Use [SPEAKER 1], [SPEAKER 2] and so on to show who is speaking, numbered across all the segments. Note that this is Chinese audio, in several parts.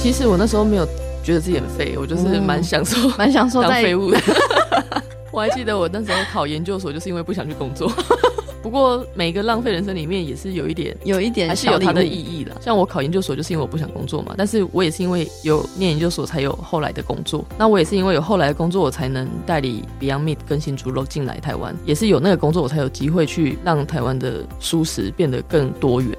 [SPEAKER 1] 其实我那时候没有觉得自己很废，我就是蛮享受、
[SPEAKER 2] 嗯蛮享受
[SPEAKER 1] 当
[SPEAKER 2] 在
[SPEAKER 1] 废物的。我还记得我那时候考研究所，就是因为不想去工作。 不过每一个浪费人生里面也是有一点，
[SPEAKER 2] 有一点
[SPEAKER 1] 还是
[SPEAKER 2] 小
[SPEAKER 1] 有它的
[SPEAKER 2] 礼物
[SPEAKER 1] 意义的。像我考研究所，就是因为我不想工作嘛，但是我也是因为有念研究所才有后来的工作。那我也是因为有后来的工作，我才能代理 Beyond Meat 跟新猪肉进来台湾。也是有那个工作，我才有机会去让台湾的素食变得更多元。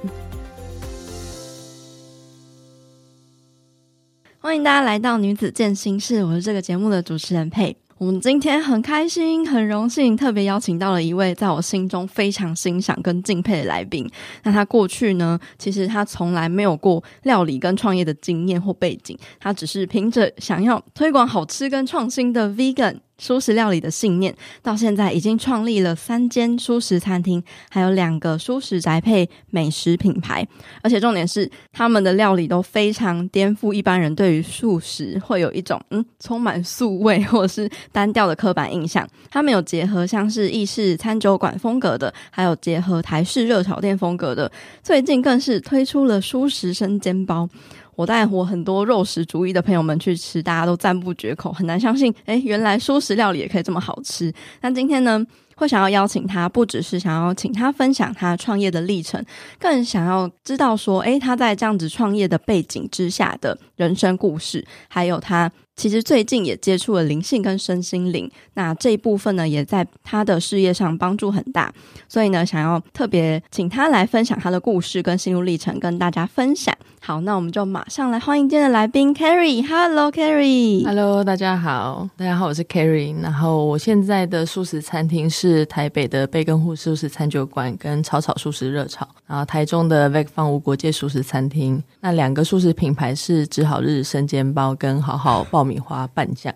[SPEAKER 2] 欢迎大家来到《女子健心室》，我是这个节目的主持人佩。我们今天很开心，很荣幸，特别邀请到了一位在我心中非常欣赏跟敬佩的来宾。那他过去呢，其实他从来没有过料理跟创业的经验或背景，他只是凭着想要推广好吃跟创新的 vegan 素食料理的信念，到现在已经创立了三间素食餐厅，还有两个素食宅配美食品牌。而且重点是，他们的料理都非常颠覆一般人对于素食会有一种嗯充满素味或者是单调的刻板印象。他们有结合像是意式餐酒馆风格的，还有结合台式热炒店风格的。最近更是推出了素食生煎包。我带我很多肉食主义的朋友们去吃，大家都赞不绝口，很难相信，诶，原来素食料理也可以这么好吃。那今天呢，会想要邀请他，不只是想要请他分享他创业的历程，更想要知道说，诶，他在这样子创业的背景之下的人生故事，还有他其实最近也接触了灵性跟身心灵，那这一部分呢，也在他的事业上帮助很大，所以呢，想要特别请他来分享他的故事跟心路历程，跟大家分享。好，那我们就马上来欢迎今天的来宾 Carrie。Hello，Carrie。
[SPEAKER 1] Hello，大家好，大家好，我是 Carrie。然后我现在的素食餐厅是台北的贝根户素食餐酒馆跟草草素食热炒，然后台中的 Veg 放无国界素食餐厅。那两个素食品牌是只好日生煎包跟好好爆米花拌酱。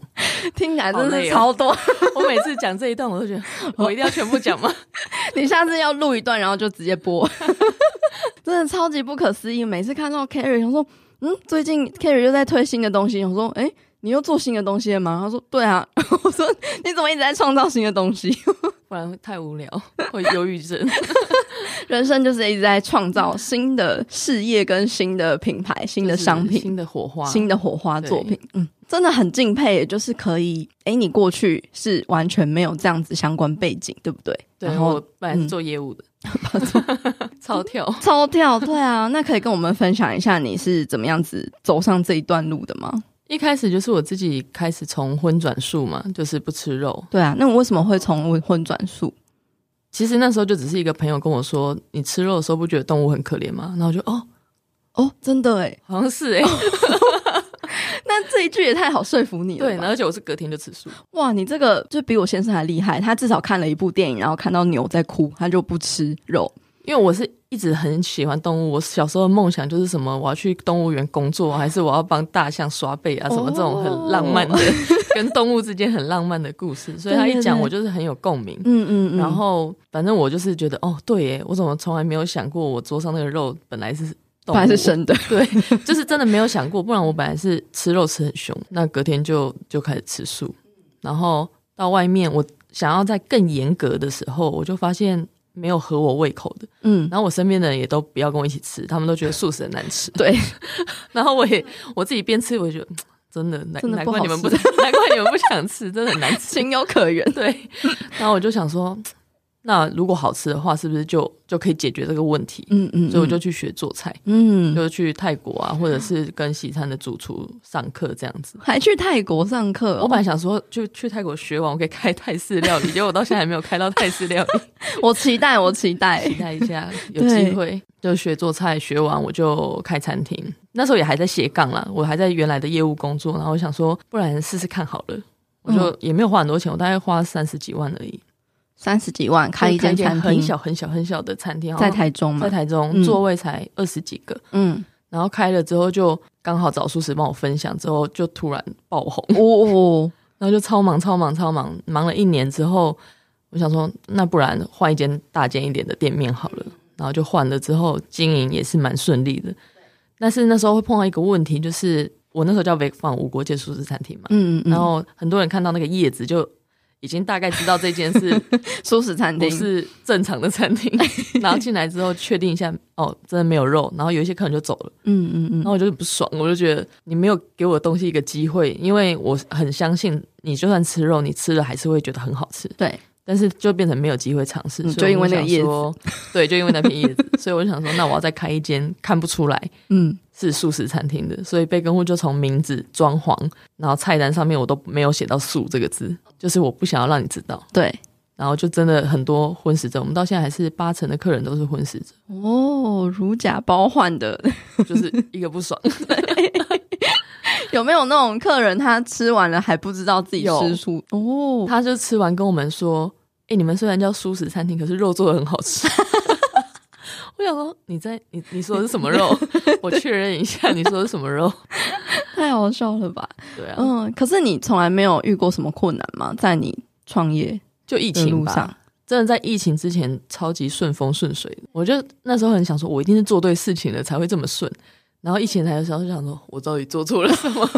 [SPEAKER 2] 听起来真
[SPEAKER 1] 好
[SPEAKER 2] 是
[SPEAKER 1] 累哦
[SPEAKER 2] 超多，
[SPEAKER 1] 我每次讲这一段，我都 觉得我一定要全部讲吗？
[SPEAKER 2] 你下次要录一段，然后就直接播， 真的超级不可思议。每次看到 Carrie，想说，嗯，最近 Carrie 又在推新的东西，我说，诶，你又做新的东西了吗？他说，对啊。 我说，你怎么一直在创造新的东西？
[SPEAKER 1] 不然会太无聊，会忧郁症。
[SPEAKER 2] 人生就是一直在创造新的事业、跟新的品牌、新的商
[SPEAKER 1] 就是
[SPEAKER 2] 品、
[SPEAKER 1] 新的火花，
[SPEAKER 2] 新的火花作品。嗯，真的很敬佩，就是可以，诶，你过去是完全没有这样子相关背景，对不对？
[SPEAKER 1] 对，
[SPEAKER 2] 然
[SPEAKER 1] 我
[SPEAKER 2] 后嗯
[SPEAKER 1] 本来是做业 务的， 超跳。
[SPEAKER 2] 超跳，对啊，那可以跟我们分享一下你是怎么样子走上这一段路的吗？
[SPEAKER 1] 一开始就是我自己开始从荤转素嘛，就是不吃肉，
[SPEAKER 2] 对啊，那我为什么会从荤转素？
[SPEAKER 1] 其实那时候就只是一个朋友跟我说，你吃肉的时候不觉得动物很可怜吗？然后我就哦，
[SPEAKER 2] 哦，真的哎，
[SPEAKER 1] 好像是 哎、
[SPEAKER 2] 那这一句也太好说服你了
[SPEAKER 1] 对，
[SPEAKER 2] 吧。
[SPEAKER 1] 然后而且我是隔天就吃素，
[SPEAKER 2] 哇，你这个就比我先生还厉害，他至少看了一部电影，然后看到牛在哭，他就不吃肉。
[SPEAKER 1] 因为我是一直很喜欢动物，我小时候的梦想就是什么，我要去动物园工作，还是我要帮大象刷背啊，什么
[SPEAKER 2] 哦
[SPEAKER 1] 这种很浪漫的， 跟动物之间很浪漫的故事，所以他
[SPEAKER 2] 对对
[SPEAKER 1] 一讲
[SPEAKER 2] 对
[SPEAKER 1] 我就是很有共鸣。
[SPEAKER 2] 嗯嗯嗯，
[SPEAKER 1] 然后，反正我就是觉得，哦，对耶，我怎么从来没有想过，我桌上那个肉本来是动物，
[SPEAKER 2] 本来是生的，
[SPEAKER 1] 对，就是真的没有想过，不然我本来是吃肉吃很凶，那隔天就就开始吃素，然后到外面我想要再更严格的时候，我就发现没有合我胃口的，
[SPEAKER 2] 嗯，
[SPEAKER 1] 然后我身边的人也都不要跟我一起吃，他们都觉得素食很难吃，
[SPEAKER 2] 对，
[SPEAKER 1] 然后我也我自己边吃，我就觉得嗯真的难
[SPEAKER 2] 真的
[SPEAKER 1] 难
[SPEAKER 2] 不
[SPEAKER 1] 怪
[SPEAKER 2] 好
[SPEAKER 1] 你们不
[SPEAKER 2] 吃
[SPEAKER 1] 难怪你们不想吃，真的很难吃，
[SPEAKER 2] 情有可原。
[SPEAKER 1] 对，然后我就想说，嗯那如果好吃的话，是不是就就可以解决这个问题？
[SPEAKER 2] 嗯嗯，
[SPEAKER 1] 所以我就去学做菜。
[SPEAKER 2] 嗯，
[SPEAKER 1] 就是去泰国啊，或者是跟西餐的主厨上课这样子。
[SPEAKER 2] 还去泰国上课哦、
[SPEAKER 1] 我本来想说，就去泰国学完，我可以开泰式料理，结果我到现在还没有开到泰式料理，
[SPEAKER 2] 我期待，我 期待
[SPEAKER 1] 期。待一下有
[SPEAKER 2] 对
[SPEAKER 1] 机会。就学做菜，学完我就开餐厅。那时候也还在斜杠啦，我还在原来的业务工作，然后我想说，不然试试看好了。我
[SPEAKER 2] 嗯
[SPEAKER 1] 就也没有花很多钱，我大概花三十几万而已，
[SPEAKER 2] 三十几万开一
[SPEAKER 1] 就
[SPEAKER 2] 间餐
[SPEAKER 1] 很
[SPEAKER 2] 厅，
[SPEAKER 1] 小很小很小的餐厅，
[SPEAKER 2] 在
[SPEAKER 1] 然后
[SPEAKER 2] 台中嘛
[SPEAKER 1] 在，台中、
[SPEAKER 2] 嗯
[SPEAKER 1] 座位才二十几个，
[SPEAKER 2] 嗯，
[SPEAKER 1] 然后开了之后就刚好找素食帮我分享，之后就突然爆红，
[SPEAKER 2] 哦 哦，
[SPEAKER 1] 然后就超忙超忙超忙，忙了一年之后，我想说那不然换一间大间一点的店面好了，然后就换了之后经营也是蛮顺利的，但是那时候会碰到一个问题，就是我那时候叫 Vic Fun 无国界素食餐厅嘛，
[SPEAKER 2] 嗯嗯嗯，
[SPEAKER 1] 然后很多人看到那个叶子就已经大概知道这间是
[SPEAKER 2] 素食餐
[SPEAKER 1] 不
[SPEAKER 2] 厅
[SPEAKER 1] 是正常的餐厅，然后进来之后确定一下，哦，真的没有肉，然后有一些客人就走了，
[SPEAKER 2] 嗯嗯嗯
[SPEAKER 1] 然，后我就很不爽，我就觉得你没有给我东西一个机会，因为我很相信你，就算吃肉，你吃了还是会觉得很好吃，
[SPEAKER 2] 对，
[SPEAKER 1] 但是就变成没有机会尝试，
[SPEAKER 2] 嗯
[SPEAKER 1] 所以
[SPEAKER 2] 就因为那个
[SPEAKER 1] 我想 说，对，就因为那片叶子，所以我就想说，那我要再开一间看不出来
[SPEAKER 2] 嗯
[SPEAKER 1] 是素食餐厅的，所以贝根户就从名字、装潢，然后菜单上面我都没有写到“素”这个字，就是我不想要让你知道。
[SPEAKER 2] 对。
[SPEAKER 1] 然后就真的很多荤食者，我们到现在还是八成的客人都是荤食者，
[SPEAKER 2] 哦，如假包换的，
[SPEAKER 1] 就是一个不爽。
[SPEAKER 2] 有没有那种客人他吃完了还不知道自己
[SPEAKER 1] 有
[SPEAKER 2] 吃素？哦，
[SPEAKER 1] 他就吃完跟我们说：“哎、你们虽然叫素食餐厅，可是肉做的很好吃。” 我想说，你在你你说的是什么肉？ 我确认一下，你说的是什么肉？
[SPEAKER 2] 太好笑了吧？
[SPEAKER 1] 对啊，
[SPEAKER 2] 嗯，可是你从来没有遇过什么困难吗？在你创业
[SPEAKER 1] 就疫
[SPEAKER 2] 的
[SPEAKER 1] 情
[SPEAKER 2] 路
[SPEAKER 1] 吧
[SPEAKER 2] 上，，
[SPEAKER 1] 真的在疫情之前超级顺风顺水的。我就那时候很想说，我一定是做对事情了才会这么顺。然后疫情来的时候就想说，我到底做错了什么？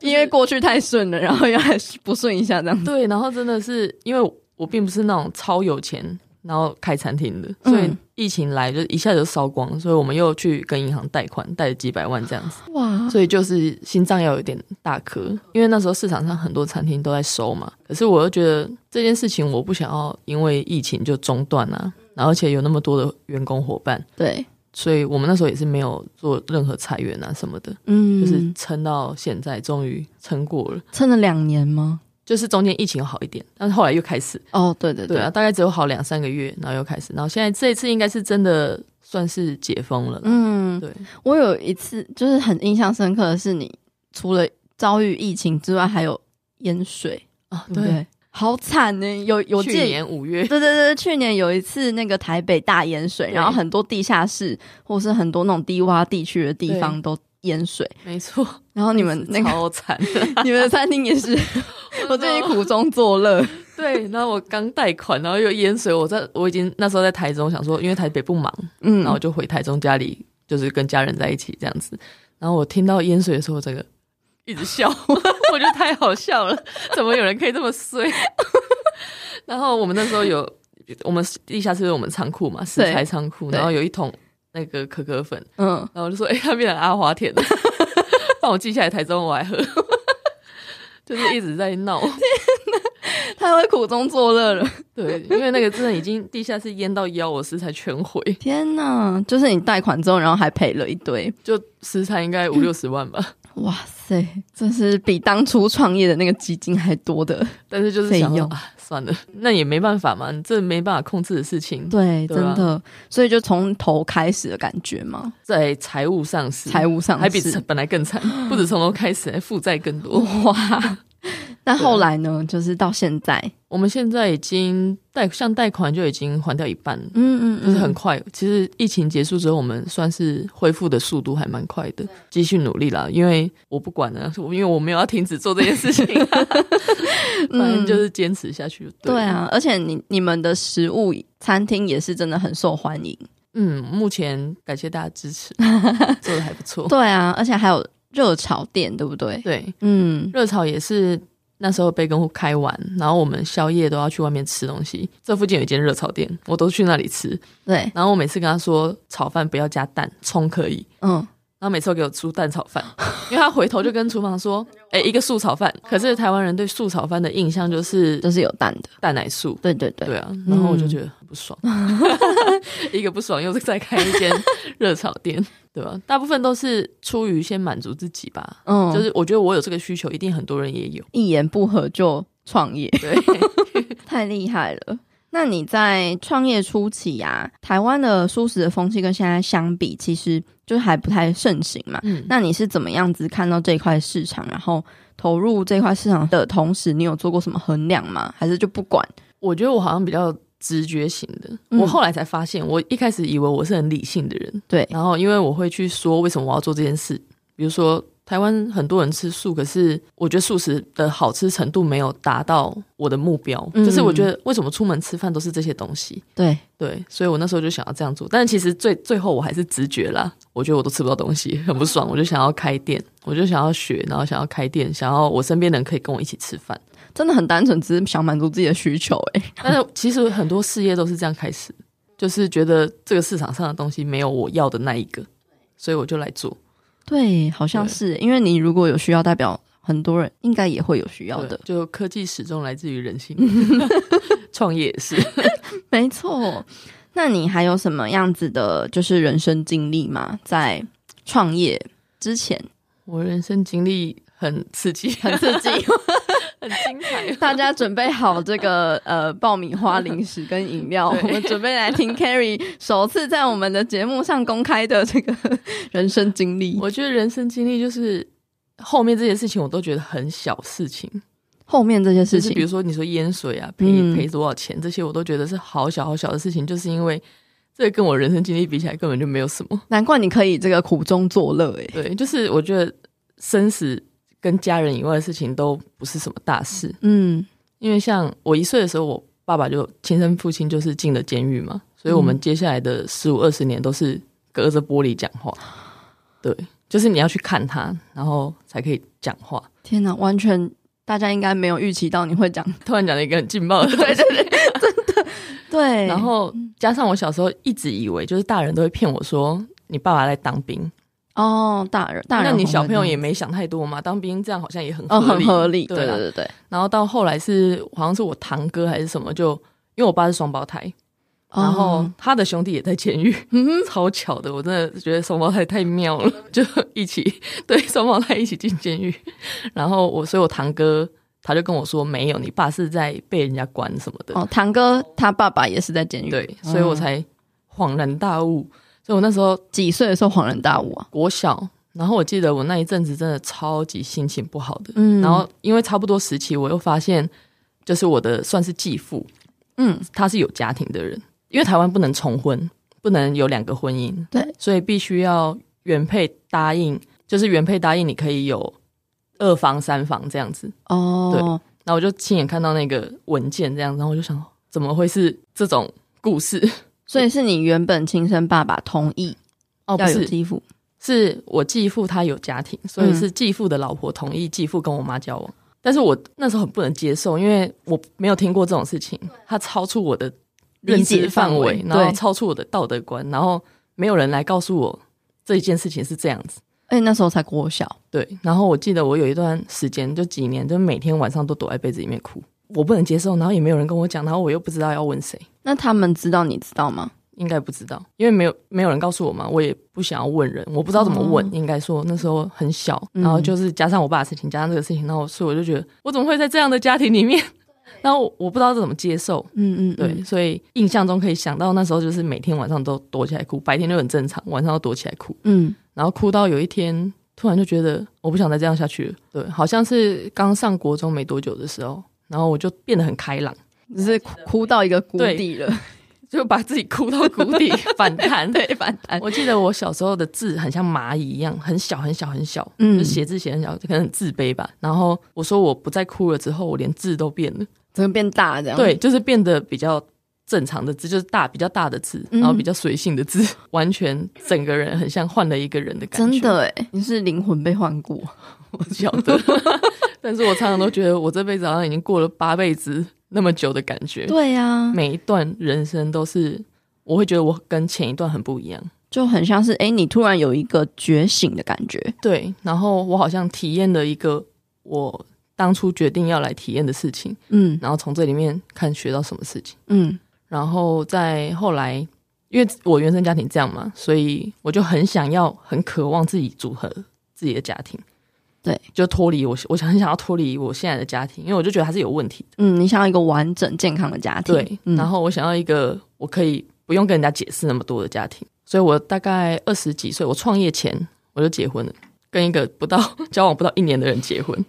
[SPEAKER 2] 因为过去太顺了，然后又还是不顺一下这样子。
[SPEAKER 1] 对，然后真的是因为我并不是那种超有钱，然后开餐厅的，
[SPEAKER 2] 嗯
[SPEAKER 1] 所以疫情来就一下就烧光，所以我们又去跟银行贷款，贷了几百万这样子，
[SPEAKER 2] 哇，
[SPEAKER 1] 所以就是心脏要有一点大颗，因为那时候市场上很多餐厅都在收嘛，可是我又觉得这件事情我不想要因为疫情就中断啊，然后而且有那么多的员工伙伴。
[SPEAKER 2] 对，
[SPEAKER 1] 所以我们那时候也是没有做任何裁员啊什么的，
[SPEAKER 2] 嗯，
[SPEAKER 1] 就是撑到现在，终于撑过了。
[SPEAKER 2] 撑了两年吗？
[SPEAKER 1] 就是中间疫情有好一点，但是后来又开始，
[SPEAKER 2] 哦，对对
[SPEAKER 1] 对啊，，大概只有好两三个月，然后又开始，然后现在这一次应该是真的算是解封了。
[SPEAKER 2] 嗯，
[SPEAKER 1] 对，
[SPEAKER 2] 我有一次就是很印象深刻的是，你除了遭遇疫情之外，还有淹水，
[SPEAKER 1] 啊，
[SPEAKER 2] 对不哦对？好惨呢、有有
[SPEAKER 1] 去
[SPEAKER 2] 记得
[SPEAKER 1] 年五月，
[SPEAKER 2] 对对对，去年有一次那个台北大淹水，
[SPEAKER 1] 对
[SPEAKER 2] 然后很多地下室或是很多那种低洼地区的地方都淹水，
[SPEAKER 1] 没错，
[SPEAKER 2] 然后 你们那个
[SPEAKER 1] 超 惨的，
[SPEAKER 2] 你们的餐厅也 是，我自己苦中作乐。
[SPEAKER 1] 对，然后我刚贷款，然后又淹水，我在我已经那时候在台中，想说因为台北不忙，
[SPEAKER 2] 嗯，
[SPEAKER 1] 然后就回台中家里，就是跟家人在一起这样子。然后我听到淹水的时候，我整个 一直笑， 我觉得太好笑了，怎么有人可以这么衰？ 然后我们那时候有我们地下室有我们仓库嘛，食
[SPEAKER 2] 对
[SPEAKER 1] 材仓库，
[SPEAKER 2] 对
[SPEAKER 1] 然后有一桶那个可可粉，
[SPEAKER 2] 嗯，
[SPEAKER 1] 然后我就说，哎、它变成阿华 田了，让我记下来，台中我还喝。 就是一直在闹，
[SPEAKER 2] 太会苦中作乐了。
[SPEAKER 1] 对，因为那个真的已经地下室淹到腰，我食材全毁，
[SPEAKER 2] 天哪，就是你贷款之后，然后还赔了一堆，
[SPEAKER 1] 就食材应该五六十万吧。
[SPEAKER 2] 哇塞，这是比当初创业的那个基金还多的。
[SPEAKER 1] 但是就是想
[SPEAKER 2] 费
[SPEAKER 1] 说
[SPEAKER 2] 用
[SPEAKER 1] 啊，算了，那也没办法嘛，你这没办法控制的事情，
[SPEAKER 2] 对，
[SPEAKER 1] 对
[SPEAKER 2] 真
[SPEAKER 1] 啊
[SPEAKER 2] 的，所以就从头开始的感觉嘛，
[SPEAKER 1] 在财务上是
[SPEAKER 2] 财务上
[SPEAKER 1] 还比
[SPEAKER 2] 是
[SPEAKER 1] 本来更 惨，不止从头开始，还负债更多。
[SPEAKER 2] 哦哇。那后来呢？就是到现在，
[SPEAKER 1] 我们现在已经贷像贷款就已经还掉一半了。
[SPEAKER 2] 嗯嗯
[SPEAKER 1] 就是很快，其实疫情结束之后，我们算是恢复的速度还蛮快
[SPEAKER 2] 嗯
[SPEAKER 1] 的，继续努力啦。因为我不管了、我因为我没有要停止做这件事情、啊 反正就是坚持下去就对了
[SPEAKER 2] 嗯对啊，而且你你们的食物餐厅也是真的很受欢迎，
[SPEAKER 1] 嗯，目前感谢大家支 持，做的还不错。
[SPEAKER 2] 对啊，而且还有热炒店，对不对？
[SPEAKER 1] 对，
[SPEAKER 2] 嗯，
[SPEAKER 1] 热炒也是那时候被跟户开完，然后我们宵夜都要去外面吃东西。这附近有一间热炒店，我都去那里吃。
[SPEAKER 2] 对，
[SPEAKER 1] 然后我每次跟他说炒饭不要加蛋，葱可以。
[SPEAKER 2] 嗯，
[SPEAKER 1] 然后每次都给我出蛋炒饭，因为他回头就跟厨房说：“哎、一个素炒饭。”可是台湾人对素炒饭的印象就是
[SPEAKER 2] 就是有蛋的，
[SPEAKER 1] 蛋奶素。
[SPEAKER 2] 对对对，
[SPEAKER 1] 对啊，然后我就觉得很不爽，一个不爽又是再开一间热炒店，对吧、大部分都是出于先满足自己吧，
[SPEAKER 2] 嗯，
[SPEAKER 1] 就是我觉得我有这个需求，一定很多人也有。
[SPEAKER 2] 一言不合就创业，
[SPEAKER 1] 对，
[SPEAKER 2] 太厉害了。那你在创业初期啊，台湾的素食的风气跟现在相比，其实就还不太盛行嘛。
[SPEAKER 1] 嗯
[SPEAKER 2] 那你是怎么样子看到这块市场，然后投入这块市场的同时，你有做过什么衡量吗？还是就不管？
[SPEAKER 1] 我觉得我好像比较直觉型的。
[SPEAKER 2] 嗯
[SPEAKER 1] 我后来才发现，我一开始以为我是很理性的人，
[SPEAKER 2] 对，
[SPEAKER 1] 然后因为我会去说为什么我要做这件事，比如说。台湾很多人吃素，可是我觉得素食的好吃程度没有达到我的目标，
[SPEAKER 2] 嗯
[SPEAKER 1] 就是我觉得为什么出门吃饭都是这些东西，
[SPEAKER 2] 对，
[SPEAKER 1] 对，所以我那时候就想要这样做，但是其实最最后我还是直觉啦，我觉得我都吃不到东西，很不爽，我就想要开店，我就想要学，然后想要开店，想要我身边的人可以跟我一起吃饭。
[SPEAKER 2] 真的很单纯，只是想满足自己的需求、欸。哎，
[SPEAKER 1] 但是其实很多事业都是这样开始，就是觉得这个市场上的东西没有我要的那一个，所以我就来做。
[SPEAKER 2] 对，好像
[SPEAKER 1] 对
[SPEAKER 2] 是欸、因为你如果有需要，代表很多人应该也会有需要的
[SPEAKER 1] 对。就科技始终来自于人 性，创业也是。
[SPEAKER 2] 没错。那你还有什么样子的，就是人生经历吗？在创业之前，
[SPEAKER 1] 我人生经历很刺激，
[SPEAKER 2] 很刺激，
[SPEAKER 1] 很精彩。
[SPEAKER 2] 大家准备好这个呃爆米花、零食跟饮料，我们准备来听 Carrie 首次在我们的节目上公开的这个人生经历。
[SPEAKER 1] 我觉得人生经历就是后面这些事情，我都觉得很小事情。
[SPEAKER 2] 后面这些事
[SPEAKER 1] 就是比
[SPEAKER 2] 情
[SPEAKER 1] 如，说你说淹水啊，赔
[SPEAKER 2] 嗯
[SPEAKER 1] 赔多少钱，这些我都觉得是好小好小的事情，就是因为这跟我人生经历比起来根本就没有什么。
[SPEAKER 2] 难怪你可以这个苦中作乐欸诶、
[SPEAKER 1] 对，就是我觉得生死跟家人以外的事情都不是什么大事，
[SPEAKER 2] 嗯，
[SPEAKER 1] 因为像我一岁的时候，我爸爸就亲生父亲就是进了监狱嘛，所以我们
[SPEAKER 2] 嗯
[SPEAKER 1] 接下来的十五二十年都是隔着玻璃讲话。对，就是你要去看他，然后才可以讲话。
[SPEAKER 2] 天哪，完全大家应该没有预期到你会讲
[SPEAKER 1] 突然讲了一个很劲爆的，对
[SPEAKER 2] 对，
[SPEAKER 1] 然后加上我小时候一直以为，就是大人都会骗我说你爸爸在当兵，
[SPEAKER 2] 哦，大人大人
[SPEAKER 1] 那
[SPEAKER 2] 红了，
[SPEAKER 1] 你小朋友也没想太多嘛，当兵这样好像也很
[SPEAKER 2] 哦
[SPEAKER 1] 合
[SPEAKER 2] 很
[SPEAKER 1] 理，
[SPEAKER 2] 合理，对
[SPEAKER 1] 对啊
[SPEAKER 2] 对
[SPEAKER 1] 啦
[SPEAKER 2] 对对，
[SPEAKER 1] 然后到后来是好像是我堂哥还是什么，就因为我爸是双胞胎，然后
[SPEAKER 2] 哦
[SPEAKER 1] 他的兄弟也在监狱，
[SPEAKER 2] 嗯
[SPEAKER 1] 超巧的，我真的觉得双胞胎太妙了， 就一起对双胞胎一起进监狱。然后我，所以我堂哥他就跟我说，没有，你爸是在被人家关什么的，
[SPEAKER 2] 哦，嗯堂哥他爸爸也是在监狱，
[SPEAKER 1] 对，所以我才恍然大悟。所以我那时候
[SPEAKER 2] 几岁的时候恍然大悟啊，
[SPEAKER 1] 国小，然后我记得我那一阵子真的超级心情不好的，
[SPEAKER 2] 嗯
[SPEAKER 1] 然后因为差不多时期，我又发现就是我的算是继父，
[SPEAKER 2] 嗯，
[SPEAKER 1] 他是有家庭的人，因为台湾不能重婚，不能有两个婚姻，
[SPEAKER 2] 对，
[SPEAKER 1] 所以必须要原配答应，就是原配答应你可以有二房三房这样子。
[SPEAKER 2] 哦，
[SPEAKER 1] 然后我就亲眼看到那个文件这样，然后我就想，怎么会是这种故事？
[SPEAKER 2] 所以是你原本亲生爸爸同意
[SPEAKER 1] 哦，不
[SPEAKER 2] 要有
[SPEAKER 1] 是，
[SPEAKER 2] 继父，
[SPEAKER 1] 是我继父他有家庭，所以
[SPEAKER 2] 嗯
[SPEAKER 1] 是继父的老婆同意继父跟我妈交往。但是我那时候很不能接受，因为我没有听过这种事情，它超出我的认
[SPEAKER 2] 理
[SPEAKER 1] 知
[SPEAKER 2] 解范
[SPEAKER 1] 范
[SPEAKER 2] 围
[SPEAKER 1] 围，然后
[SPEAKER 2] 对
[SPEAKER 1] 超出我的道德观，然后没有人来告诉我这一件事情是这样子。
[SPEAKER 2] 哎，那时候才国小，
[SPEAKER 1] 对，然后我记得我有一段时间，就几年，就每天晚上都躲在被子里面哭，我不能接受，然后也没有人跟我讲，然后我又不知道要问谁，
[SPEAKER 2] 那他们知道你知道吗？
[SPEAKER 1] 应该不知道，因为没有没有人告诉我嘛，我也不想要问人，我不知道怎么问。
[SPEAKER 2] 哦
[SPEAKER 1] 应该说那时候很小，
[SPEAKER 2] 嗯
[SPEAKER 1] 然后就是加上我爸的事情，加上这个事情，然后所以我就觉得我怎么会在这样的家庭里面， 然后我我不知道怎么接受。
[SPEAKER 2] 嗯嗯，
[SPEAKER 1] 对，
[SPEAKER 2] 嗯，
[SPEAKER 1] 所以印象中可以想到那时候就是每天晚上都躲起来哭，白天就很正常，晚上都躲起来哭，
[SPEAKER 2] 嗯，
[SPEAKER 1] 然后哭到有一天突然就觉得我不想再这样下去了。对，好像是刚上国中没多久的时候，然后我就变得很开朗。
[SPEAKER 2] 只是哭哭到一个谷
[SPEAKER 1] 对
[SPEAKER 2] 底了，
[SPEAKER 1] 就把自己哭到谷底 反弹，对
[SPEAKER 2] 反弹
[SPEAKER 1] 我记得我小时候的字很像蚂蚁一样，很小很小很小，
[SPEAKER 2] 嗯
[SPEAKER 1] 就写字写很小，可能很自卑吧。然后我说我不再哭了之后，我连字都变了，
[SPEAKER 2] 整个变大这样，
[SPEAKER 1] 对，，就是变得比较正常的字，就是大比较大的字，
[SPEAKER 2] 嗯
[SPEAKER 1] 然后比较随性的字，完全整个人很像换了一个人的感觉，
[SPEAKER 2] 真的哎，你是灵魂被换过，
[SPEAKER 1] 我不晓得。但是我常常都觉得我这辈子好像已经过了八辈子那么久的感觉，
[SPEAKER 2] 对啊呀，
[SPEAKER 1] 每一段人生都是。我会觉得我跟前一段很不一样，
[SPEAKER 2] 就很像是哎，你突然有一个觉醒的感觉，
[SPEAKER 1] 对，然后我好像体验了一个我当初决定要来体验的事情，
[SPEAKER 2] 嗯
[SPEAKER 1] 然后从这里面看学到什么事情，
[SPEAKER 2] 嗯，
[SPEAKER 1] 然后再后来，因为我原生家庭这样嘛，所以我就很想要、很渴望自己组合自己的家庭，
[SPEAKER 2] 对，
[SPEAKER 1] 就脱离我，我想很想要脱离我现在的家庭，因为我就觉得它是有问题的，
[SPEAKER 2] 嗯，你想要一个完整健康的家庭，
[SPEAKER 1] 对，
[SPEAKER 2] 嗯
[SPEAKER 1] 然后我想要一个我可以不用跟人家解释那么多的家庭，所以我大概二十几岁，我创业前我就结婚了。跟一个不到 交往不到一年的人结婚，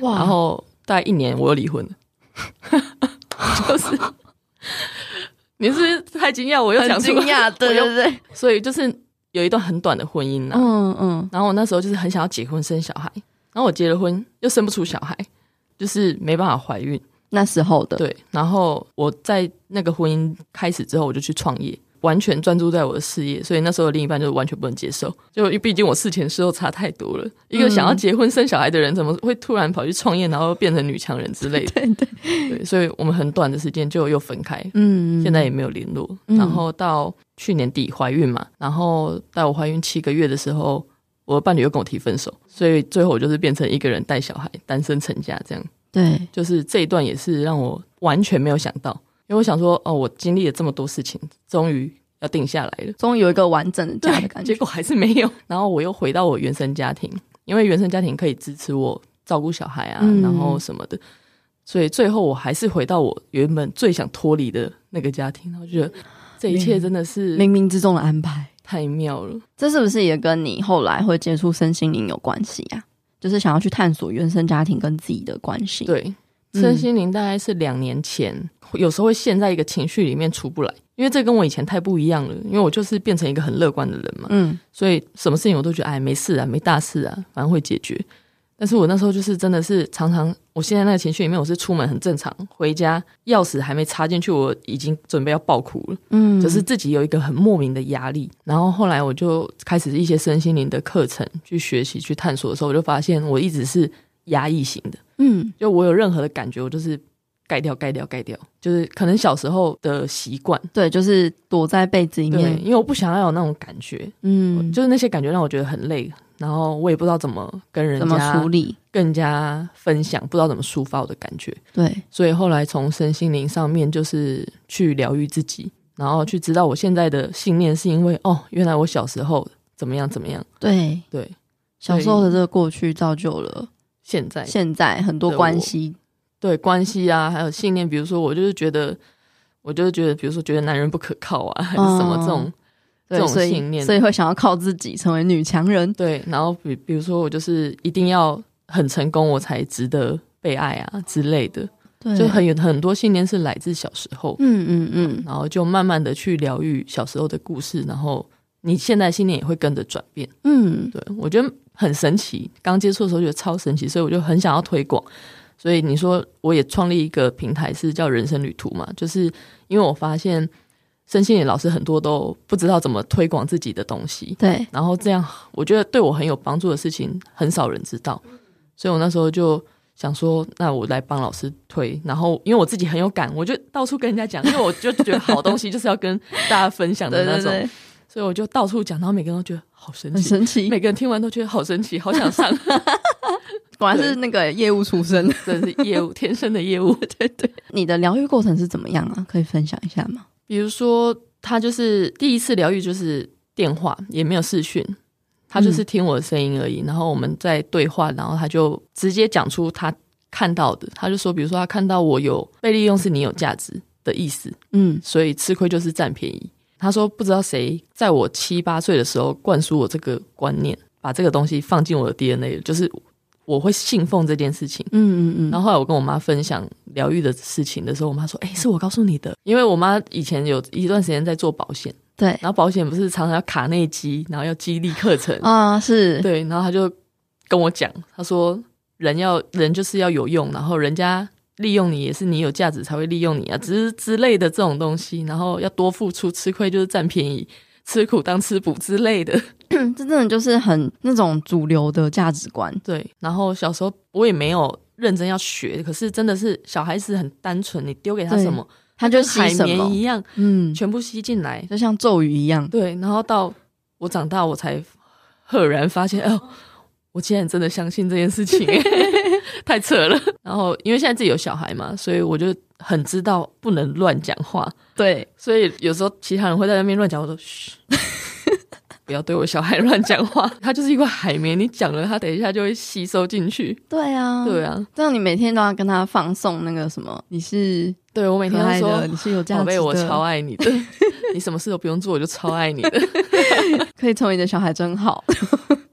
[SPEAKER 2] 哇，
[SPEAKER 1] 然后大概一年我又离婚了， 就是你是不是太惊讶？我又
[SPEAKER 2] 很
[SPEAKER 1] 讲出
[SPEAKER 2] 惊
[SPEAKER 1] 来，
[SPEAKER 2] 讶，对
[SPEAKER 1] 我又
[SPEAKER 2] 对对，
[SPEAKER 1] 所以就是有一段很短的婚姻呢、
[SPEAKER 2] 嗯嗯，
[SPEAKER 1] 然后我那时候就是很想要结婚生小孩，然后我结了婚又生不出小孩，就是没办法怀孕。
[SPEAKER 2] 那时候的，
[SPEAKER 1] 对，然后我在那个婚姻开始之后，我就去创业，完全专注在我的事业，所以那时候的另一半就是完全不能接受，就因为毕竟我事前事后差太多了。一个
[SPEAKER 2] 嗯
[SPEAKER 1] 想要结婚生小孩的人，怎么会突然跑去创业，然后变成女强人之类的？
[SPEAKER 2] 对对，
[SPEAKER 1] 对，所以我们很短的时间就又分开，
[SPEAKER 2] 嗯，
[SPEAKER 1] 现在也没有联络。
[SPEAKER 2] 嗯
[SPEAKER 1] 然后到去年底怀孕嘛，然后在我怀孕七个月的时候，我的伴侣又跟我提分手，所以最后我就是变成一个人带小孩，单身成家这样。
[SPEAKER 2] 对，
[SPEAKER 1] 就是这一段也是让我完全没有想到，因为我想说，哦，我经历了这么多事情，终于要定下来了，
[SPEAKER 2] 终于有一个完整的家的感
[SPEAKER 1] 结
[SPEAKER 2] 觉，
[SPEAKER 1] 果还是没 有。然后我又回到我原生家庭，因为原生家庭可以支持我照顾小孩啊，
[SPEAKER 2] 嗯
[SPEAKER 1] 然后什么的，所以最后我还是回到我原本最想脱离的那个家庭。然后我觉
[SPEAKER 2] 嗯
[SPEAKER 1] 得这一切真的是
[SPEAKER 2] 冥冥之中的安排。
[SPEAKER 1] 太妙了。
[SPEAKER 2] 这是不是也跟你后来会接触身心灵有关系啊？就是想要去探索原生家庭跟自己的关系。，
[SPEAKER 1] 对，
[SPEAKER 2] 嗯
[SPEAKER 1] 身心灵大概是两年前，有时候会陷在一个情绪里面出不来，因为这跟我以前太不一样了，因为我就是变成一个很乐观的人嘛。
[SPEAKER 2] 嗯
[SPEAKER 1] 所以什么事情我都觉得哎没事啊，没大事啊，反正会解决。但是我那时候就是真的是常常，我现在那个情绪里面，我是出门很正常，回家钥匙还没插进去，我已经准备要爆哭了，
[SPEAKER 2] 嗯，
[SPEAKER 1] 就是自己有一个很莫名的压力。然后后来我就开始一些身心灵的课程去学习、去探索的时候，我就发现我一直是压抑型的，
[SPEAKER 2] 嗯
[SPEAKER 1] 就我有任何的感觉，我就是盖掉、盖掉、盖掉，就是可能小时候的习惯，
[SPEAKER 2] 对，就是躲在被子里
[SPEAKER 1] 对，
[SPEAKER 2] 面。
[SPEAKER 1] 因为我不想要有那种感觉，
[SPEAKER 2] 嗯，
[SPEAKER 1] 就是那些感觉让我觉得很累，然后我也不知道怎么跟人
[SPEAKER 2] 怎么
[SPEAKER 1] 家
[SPEAKER 2] 处理？
[SPEAKER 1] 更加分享，不知道怎么抒发我的感觉，
[SPEAKER 2] 对，
[SPEAKER 1] 所以后来从身心灵上面就是去疗愈自己，然后去知道我现在的信念是因为哦，原来我小时候怎么样怎么样，
[SPEAKER 2] 对，
[SPEAKER 1] 对，
[SPEAKER 2] 小时候的这个过去造就了
[SPEAKER 1] 现在
[SPEAKER 2] 现在很多
[SPEAKER 1] 对
[SPEAKER 2] 关
[SPEAKER 1] 我
[SPEAKER 2] 系。
[SPEAKER 1] 对关系啊，还有信念，比如说我就是觉得，我就是觉得，比如说觉得男人不可靠啊，还是什么这种。这
[SPEAKER 2] 哦对，
[SPEAKER 1] 种
[SPEAKER 2] 所
[SPEAKER 1] 信
[SPEAKER 2] 以
[SPEAKER 1] 念
[SPEAKER 2] 所以会想要靠自己成为女强人。
[SPEAKER 1] 对，然后比比如说我就是一定要很成功，我才值得被爱啊之类的，
[SPEAKER 2] 对，
[SPEAKER 1] 就很有很多信念是来自小时候，
[SPEAKER 2] 嗯嗯嗯，
[SPEAKER 1] 然后就慢慢的去疗愈小时候的故事，然后你现在信念也会跟着转变。
[SPEAKER 2] 嗯，
[SPEAKER 1] 对我觉得很神奇，刚接触的时候觉得超神奇，所以我就很想要推广。所以你说我也创立一个平台是叫人生旅途嘛，就是因为我发现身心灵老师很多都不知道怎么推广自己的东西，
[SPEAKER 2] 对，
[SPEAKER 1] 然后这样，我觉得对我很有帮助的事情，很少人知道，所以我那时候就想说，那我来帮老师推。然后因为我自己很有感，我就到处跟人家讲，因为我就觉得好东西就是要跟大家分享的
[SPEAKER 2] 对
[SPEAKER 1] 那
[SPEAKER 2] 对
[SPEAKER 1] 种，
[SPEAKER 2] 对，
[SPEAKER 1] 所以我就到处讲，然后每个人都觉得好神
[SPEAKER 2] 很
[SPEAKER 1] 奇，
[SPEAKER 2] 神奇，
[SPEAKER 1] 每个人听完都觉得好神奇，好想 上，
[SPEAKER 2] 果然是那个业务出身。
[SPEAKER 1] 真是业务天生的业务。
[SPEAKER 2] 对对， 你的疗愈过程是怎么样啊？可以分享一下吗？
[SPEAKER 1] 比如说，他就是第一次疗愈就是电话，也没有视讯，他就是听我的声音而已。然后我们在对话，然后他就直接讲出他看到的，他就说，比如说他看到我有被利用是你有价值的意思，
[SPEAKER 2] 嗯，
[SPEAKER 1] 所以吃亏就是占便宜。他说不知道谁在我七八岁的时候灌输我这个观念，把这个东西放进我的 DNA，就是我会信奉这件事情。
[SPEAKER 2] 嗯嗯
[SPEAKER 1] 然
[SPEAKER 2] 嗯，
[SPEAKER 1] 后后来我跟我妈分享疗愈的事情的时候，我妈说：“哎、是我告诉你的，因为我妈以前有一段时间在做保险，
[SPEAKER 2] 对
[SPEAKER 1] 然后保险不是常常要卡内基，然后要激励课程，
[SPEAKER 2] 啊，是，
[SPEAKER 1] 对，然后她就跟我讲，她说人要人就是要有用，然后人家利用你也是你有价值才会利用你啊，只是之类的这种东西，然后要多付出，吃亏就是占便宜，吃苦当吃补之类的，
[SPEAKER 2] 这真的就是很那种主流的价值观。
[SPEAKER 1] 对，然后小时候我也没有认真要学，可是真的是小孩子很单纯，你丢给他
[SPEAKER 2] 对
[SPEAKER 1] 什么，
[SPEAKER 2] 他就吸
[SPEAKER 1] 海
[SPEAKER 2] 什
[SPEAKER 1] 绵
[SPEAKER 2] 么
[SPEAKER 1] 一，样
[SPEAKER 2] 嗯，
[SPEAKER 1] 全部吸进来。
[SPEAKER 2] 就像咒语一样，
[SPEAKER 1] 对，然后到我长大，我才赫然发现，哦，我竟然真的相信这件事 情， 太扯了。然后因为现在自己有小孩嘛，所以我就很知道不能乱讲话，
[SPEAKER 2] 对，
[SPEAKER 1] 所以有时候其他人会在那边乱讲，我都嘘。 不要对我小孩乱讲话，他就是一块海绵，你讲了，他等一下就会吸收进去。
[SPEAKER 2] 对啊，
[SPEAKER 1] 对。啊，
[SPEAKER 2] 这样你每天都要跟他放送那个什么，你是
[SPEAKER 1] 对我每
[SPEAKER 2] 可
[SPEAKER 1] 天
[SPEAKER 2] 爱
[SPEAKER 1] 都
[SPEAKER 2] 的，
[SPEAKER 1] 说
[SPEAKER 2] 你是有价
[SPEAKER 1] 宝
[SPEAKER 2] 值
[SPEAKER 1] 贝，
[SPEAKER 2] 的，
[SPEAKER 1] 我超爱你的， 你什么事都不用做，我就超爱你的。
[SPEAKER 2] 可以成为你的小孩真好。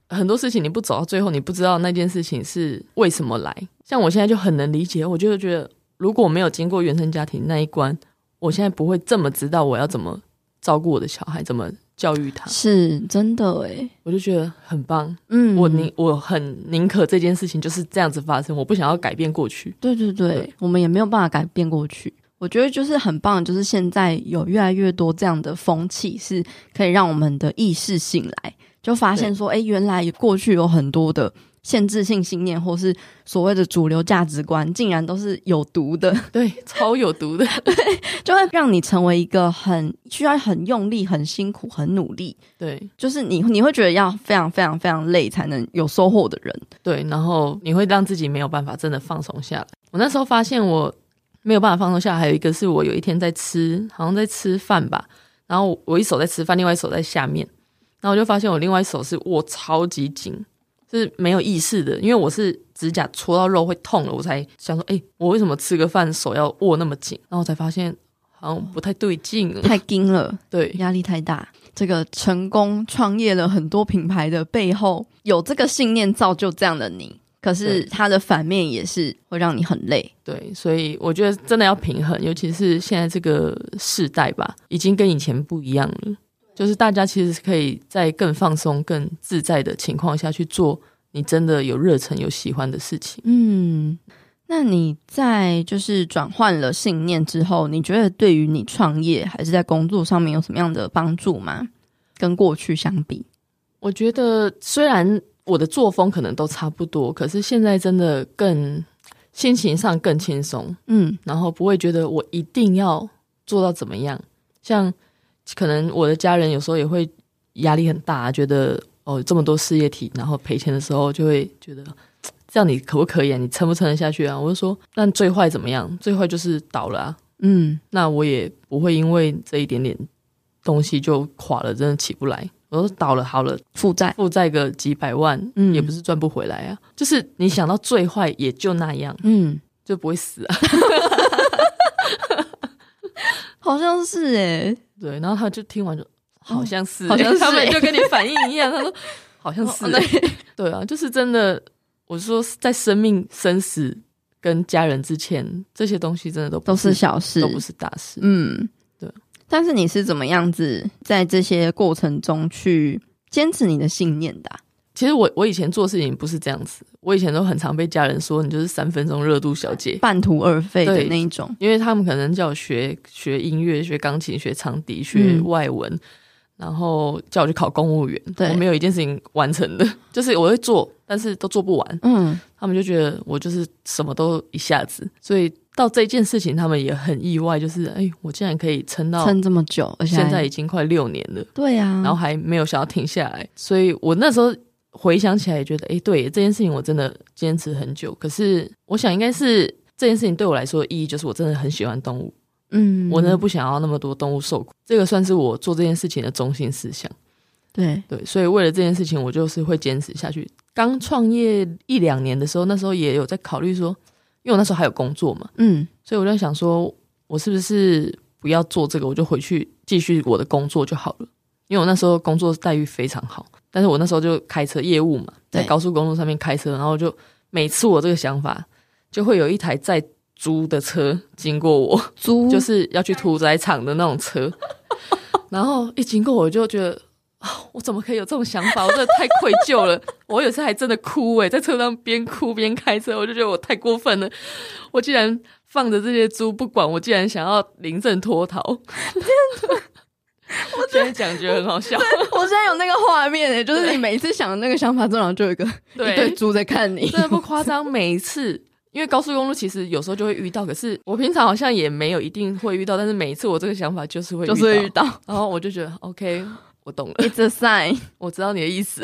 [SPEAKER 1] 很多事情你不走到最后，你不知道那件事情是为什么来。像我现在就很能理解，我就觉得如果我没有经过原生家庭那一关，我现在不会这么知道我要怎么照顾我的小孩，怎么教育他，
[SPEAKER 2] 是真的哎，
[SPEAKER 1] 我就觉得很棒。
[SPEAKER 2] 嗯，
[SPEAKER 1] 我宁我很宁可这件事情就是这样子发生，我不想要改变过去。
[SPEAKER 2] 对对对，
[SPEAKER 1] 对
[SPEAKER 2] 我们也没有办法改变过去。我觉得就是很棒，就是现在有越来越多这样的风气，是可以让我们的意识醒来，就发现说，哎，原来过去有很多的限制性信念，或是所谓的主流价值观，竟然都是有毒的，
[SPEAKER 1] 对，超有毒的，
[SPEAKER 2] 就会让你成为一个很需要很用力、很辛苦、很努力，
[SPEAKER 1] 对
[SPEAKER 2] 就是你你会觉得要非常非常非常累才能有收获的人。
[SPEAKER 1] 对。然后你会让自己没有办法真的放松下来。我那时候发现我没有办法放松下来，还有一个是我有一天在吃，好像在吃饭吧，然后我一手在吃饭，另外一手在下面，然后我就发现我另外一手是握超级紧。是没有意识的，因为我是指甲戳到肉会痛了，我才想说，哎、我为什么吃个饭手要握那么紧？然后我才发现好像不太对劲。
[SPEAKER 2] 太精了，
[SPEAKER 1] 对，
[SPEAKER 2] 压力太大。这个成功创业了很多品牌的背后，有这个信念造就这样的你，可是
[SPEAKER 1] 对
[SPEAKER 2] 它的反面也是会让你很累。
[SPEAKER 1] 对，所以我觉得真的要平衡，尤其是现在这个世代吧，已经跟以前不一样了。就是大家其实是可以在更放松、更自在的情况下去做你真的有热忱、有喜欢的事情。
[SPEAKER 2] 嗯，那你在就是转换了信念之后，你觉得对于你创业还是在工作上面有什么样的帮助吗？跟过去相比，
[SPEAKER 1] 我觉得虽然我的作风可能都差不多，可是现在真的更心情上更轻松，
[SPEAKER 2] 嗯
[SPEAKER 1] 然后不会觉得我一定要做到怎么样。像可能我的家人有时候也会压力很大，觉得哦这么多事业体，然后赔钱的时候就会觉得嘖这样你可不可以啊？你撑不撑得下去啊？我就说，那最坏怎么样？最坏就是倒了啊。
[SPEAKER 2] 嗯，
[SPEAKER 1] 那我也不会因为这一点点东西就垮了，真的起不来。我说倒了好了，
[SPEAKER 2] 负债，
[SPEAKER 1] 负债个几百万，
[SPEAKER 2] 嗯
[SPEAKER 1] 也不是赚不回来啊。就是你想到最坏也就那样，
[SPEAKER 2] 嗯，
[SPEAKER 1] 就不会死啊。
[SPEAKER 2] 好像是欸诶、
[SPEAKER 1] 对，然后他就听完就好像是欸、
[SPEAKER 2] 嗯好像是欸哦
[SPEAKER 1] 他们就跟你反应一样，他 说好像是欸、对啊，就是真的。我说在生命、生死跟家人之前，这些东西真的都不
[SPEAKER 2] 都是
[SPEAKER 1] 是
[SPEAKER 2] 小事，
[SPEAKER 1] 都不是大事。
[SPEAKER 2] 嗯，
[SPEAKER 1] 对。
[SPEAKER 2] 但是你是怎么样子在这些过程中去坚持你的信念的啊、
[SPEAKER 1] 其实我我以前做事情不是这样子，我以前都很常被家人说你就是三分钟热度小姐，
[SPEAKER 2] 半途而废的
[SPEAKER 1] 对
[SPEAKER 2] 那一种？
[SPEAKER 1] 因为他们可能叫我学学音乐、学钢琴、学长笛、学
[SPEAKER 2] 嗯
[SPEAKER 1] 外文，然后叫我去考公务员。
[SPEAKER 2] 对
[SPEAKER 1] 我没有一件事情完成的，就是我会做，但是都做不完。
[SPEAKER 2] 嗯，
[SPEAKER 1] 他们就觉得我就是什么都一下子，所以到这件事情，他们也很意外，就是哎、我竟然可以撑到
[SPEAKER 2] 嗯撑这么久，而且还
[SPEAKER 1] 现在已经快六年了，
[SPEAKER 2] 对啊，
[SPEAKER 1] 然后还没有想要停下来，所以我那时候回想起来也觉得，哎、对这件事情我真的坚持很久，可是我想应该是这件事情对我来说的意义就是我真的很喜欢动物，
[SPEAKER 2] 嗯，
[SPEAKER 1] 我真的不想要那么多动物受苦，这个算是我做这件事情的中心思想。
[SPEAKER 2] 对，
[SPEAKER 1] 对，所以为了这件事情，我就是会坚持下去。刚创业一两年的时候，那时候也有在考虑说，因为我那时候还有工作嘛，
[SPEAKER 2] 嗯
[SPEAKER 1] 所以我在想说，我是不是不要做这个，我就回去继续我的工作就好了。因为我那时候工作待遇非常好，但是我那时候就开车业务嘛，在
[SPEAKER 2] 对
[SPEAKER 1] 高速公路上面开车，然后就每次我这个想法，就会有一台在租的车经过我，
[SPEAKER 2] 租
[SPEAKER 1] 就是要去屠宰场的那种车。 然后一经过我就觉得，啊，我怎么可以有这种想法？我真的太愧疚了。 我有一次还真的哭欸诶、在车上边哭边开车，我就觉得我太过分了。我竟然放着这些猪不管，我竟然想要临阵脱 逃。我现在讲觉得很好笑，
[SPEAKER 2] 我现在有那个画面诶、就是你每次想那个想法之后，然后就有一个一
[SPEAKER 1] 对
[SPEAKER 2] 对猪在看你，
[SPEAKER 1] 真的不夸张，每一次。因为高速公路其实有时候就会遇到，可是我平常好像也没有一定会遇到，但是每一次我这个想法就是会遇
[SPEAKER 2] 就
[SPEAKER 1] 到，
[SPEAKER 2] 是会遇到
[SPEAKER 1] 然后我就觉得 OK，我懂了。
[SPEAKER 2] it's a sign，
[SPEAKER 1] 我知道你的意 思，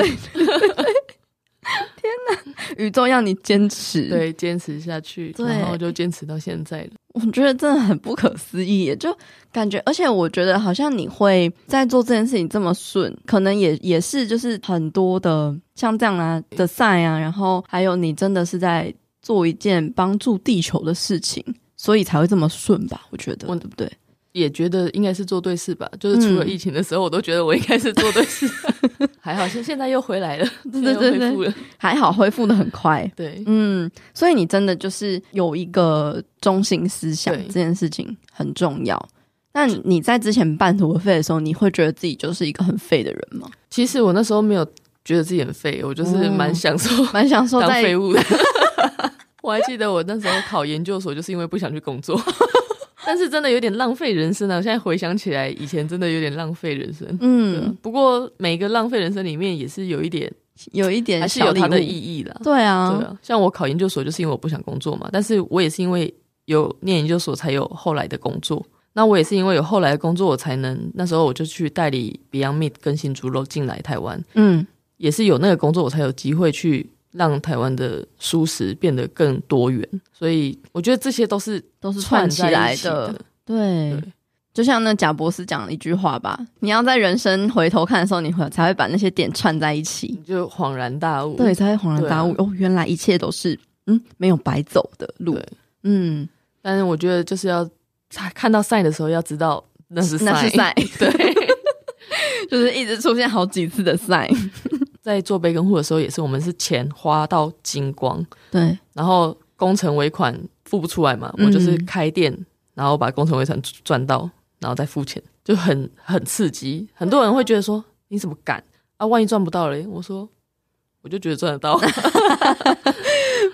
[SPEAKER 2] 宇宙要你坚持，，
[SPEAKER 1] 对，坚持下去，
[SPEAKER 2] 对
[SPEAKER 1] 然后就坚持到现在了。
[SPEAKER 2] 我觉得真的很不可思议耶，就感觉，而且我觉得好像你会在做这件事情这么顺，可能也也是就是很多的像这样啊的赛啊，然后还有你真的是在做一件帮助地球的事情，所以才会这么顺吧？我觉得，
[SPEAKER 1] 我
[SPEAKER 2] 对不对？
[SPEAKER 1] 也觉得应该是做对事吧，就是除了
[SPEAKER 2] 嗯
[SPEAKER 1] 疫情的时候，我都觉得我应该是做对 事， 还好现现在又回来了，
[SPEAKER 2] 对对对
[SPEAKER 1] 现在又恢复了，
[SPEAKER 2] 还好恢复的很快，
[SPEAKER 1] 对，
[SPEAKER 2] 嗯，所以你真的就是有一个中心思想，
[SPEAKER 1] 对
[SPEAKER 2] 这件事情很重要。那你在之前半途而废的时候，你会觉得自己就是一个很废的人吗？
[SPEAKER 1] 其实我那时候没有觉得自己很废，我就是蛮享 受、
[SPEAKER 2] 蛮享受
[SPEAKER 1] 当
[SPEAKER 2] 哦在
[SPEAKER 1] 废物 的。我还记得我那时候考研究所，就是因为不想去工 作， 但是真的有点浪费人生啊！我现在回想起来，以前真的有点浪费人生。
[SPEAKER 2] 嗯，
[SPEAKER 1] 啊不过每个浪费人生里面也是有一点，
[SPEAKER 2] 有一
[SPEAKER 1] 还
[SPEAKER 2] 点
[SPEAKER 1] 是
[SPEAKER 2] 小
[SPEAKER 1] 有它的
[SPEAKER 2] 礼
[SPEAKER 1] 意
[SPEAKER 2] 物
[SPEAKER 1] 义的。
[SPEAKER 2] 对啊，
[SPEAKER 1] 对啊，像我考研究所就是因为我不想工作嘛，但是我也是因为有念研究所才有后来的工作。那我也是因为有后来的工作，我才能那时候我就去代理 Beyond Meat 跟新猪肉进来台湾，
[SPEAKER 2] 嗯
[SPEAKER 1] 也是有那个工作，我才有机会去让台湾的素食变得更多元。所以我觉得这些都是
[SPEAKER 2] 都是
[SPEAKER 1] 串
[SPEAKER 2] 串起
[SPEAKER 1] 在
[SPEAKER 2] 来
[SPEAKER 1] 一起的。
[SPEAKER 2] 对，
[SPEAKER 1] 对
[SPEAKER 2] 就像那贾博士讲的一句话吧，你要在人生回头看的时候，你会才会把那些点串在一起
[SPEAKER 1] 你，就恍然大悟。
[SPEAKER 2] 对，才会恍然
[SPEAKER 1] 对啊
[SPEAKER 2] 大悟、哦，原来一切都是嗯没有白走的路
[SPEAKER 1] 对，
[SPEAKER 2] 嗯，
[SPEAKER 1] 但是我觉得就是要看到赛的时候，要知道那是
[SPEAKER 2] 那是赛，
[SPEAKER 1] 对。
[SPEAKER 2] 就是一直出现好几次的赛，
[SPEAKER 1] 在做杯羹户的时候，也是我们是钱花到精光，
[SPEAKER 2] 对，
[SPEAKER 1] 然后工程尾款付不出来嘛，
[SPEAKER 2] 嗯
[SPEAKER 1] 我就是开店，然后把工程尾款赚到，然后再付钱，就很 很刺激。很多人会觉得说你怎么敢啊？万一赚不到嘞？我说我就觉得赚得 到。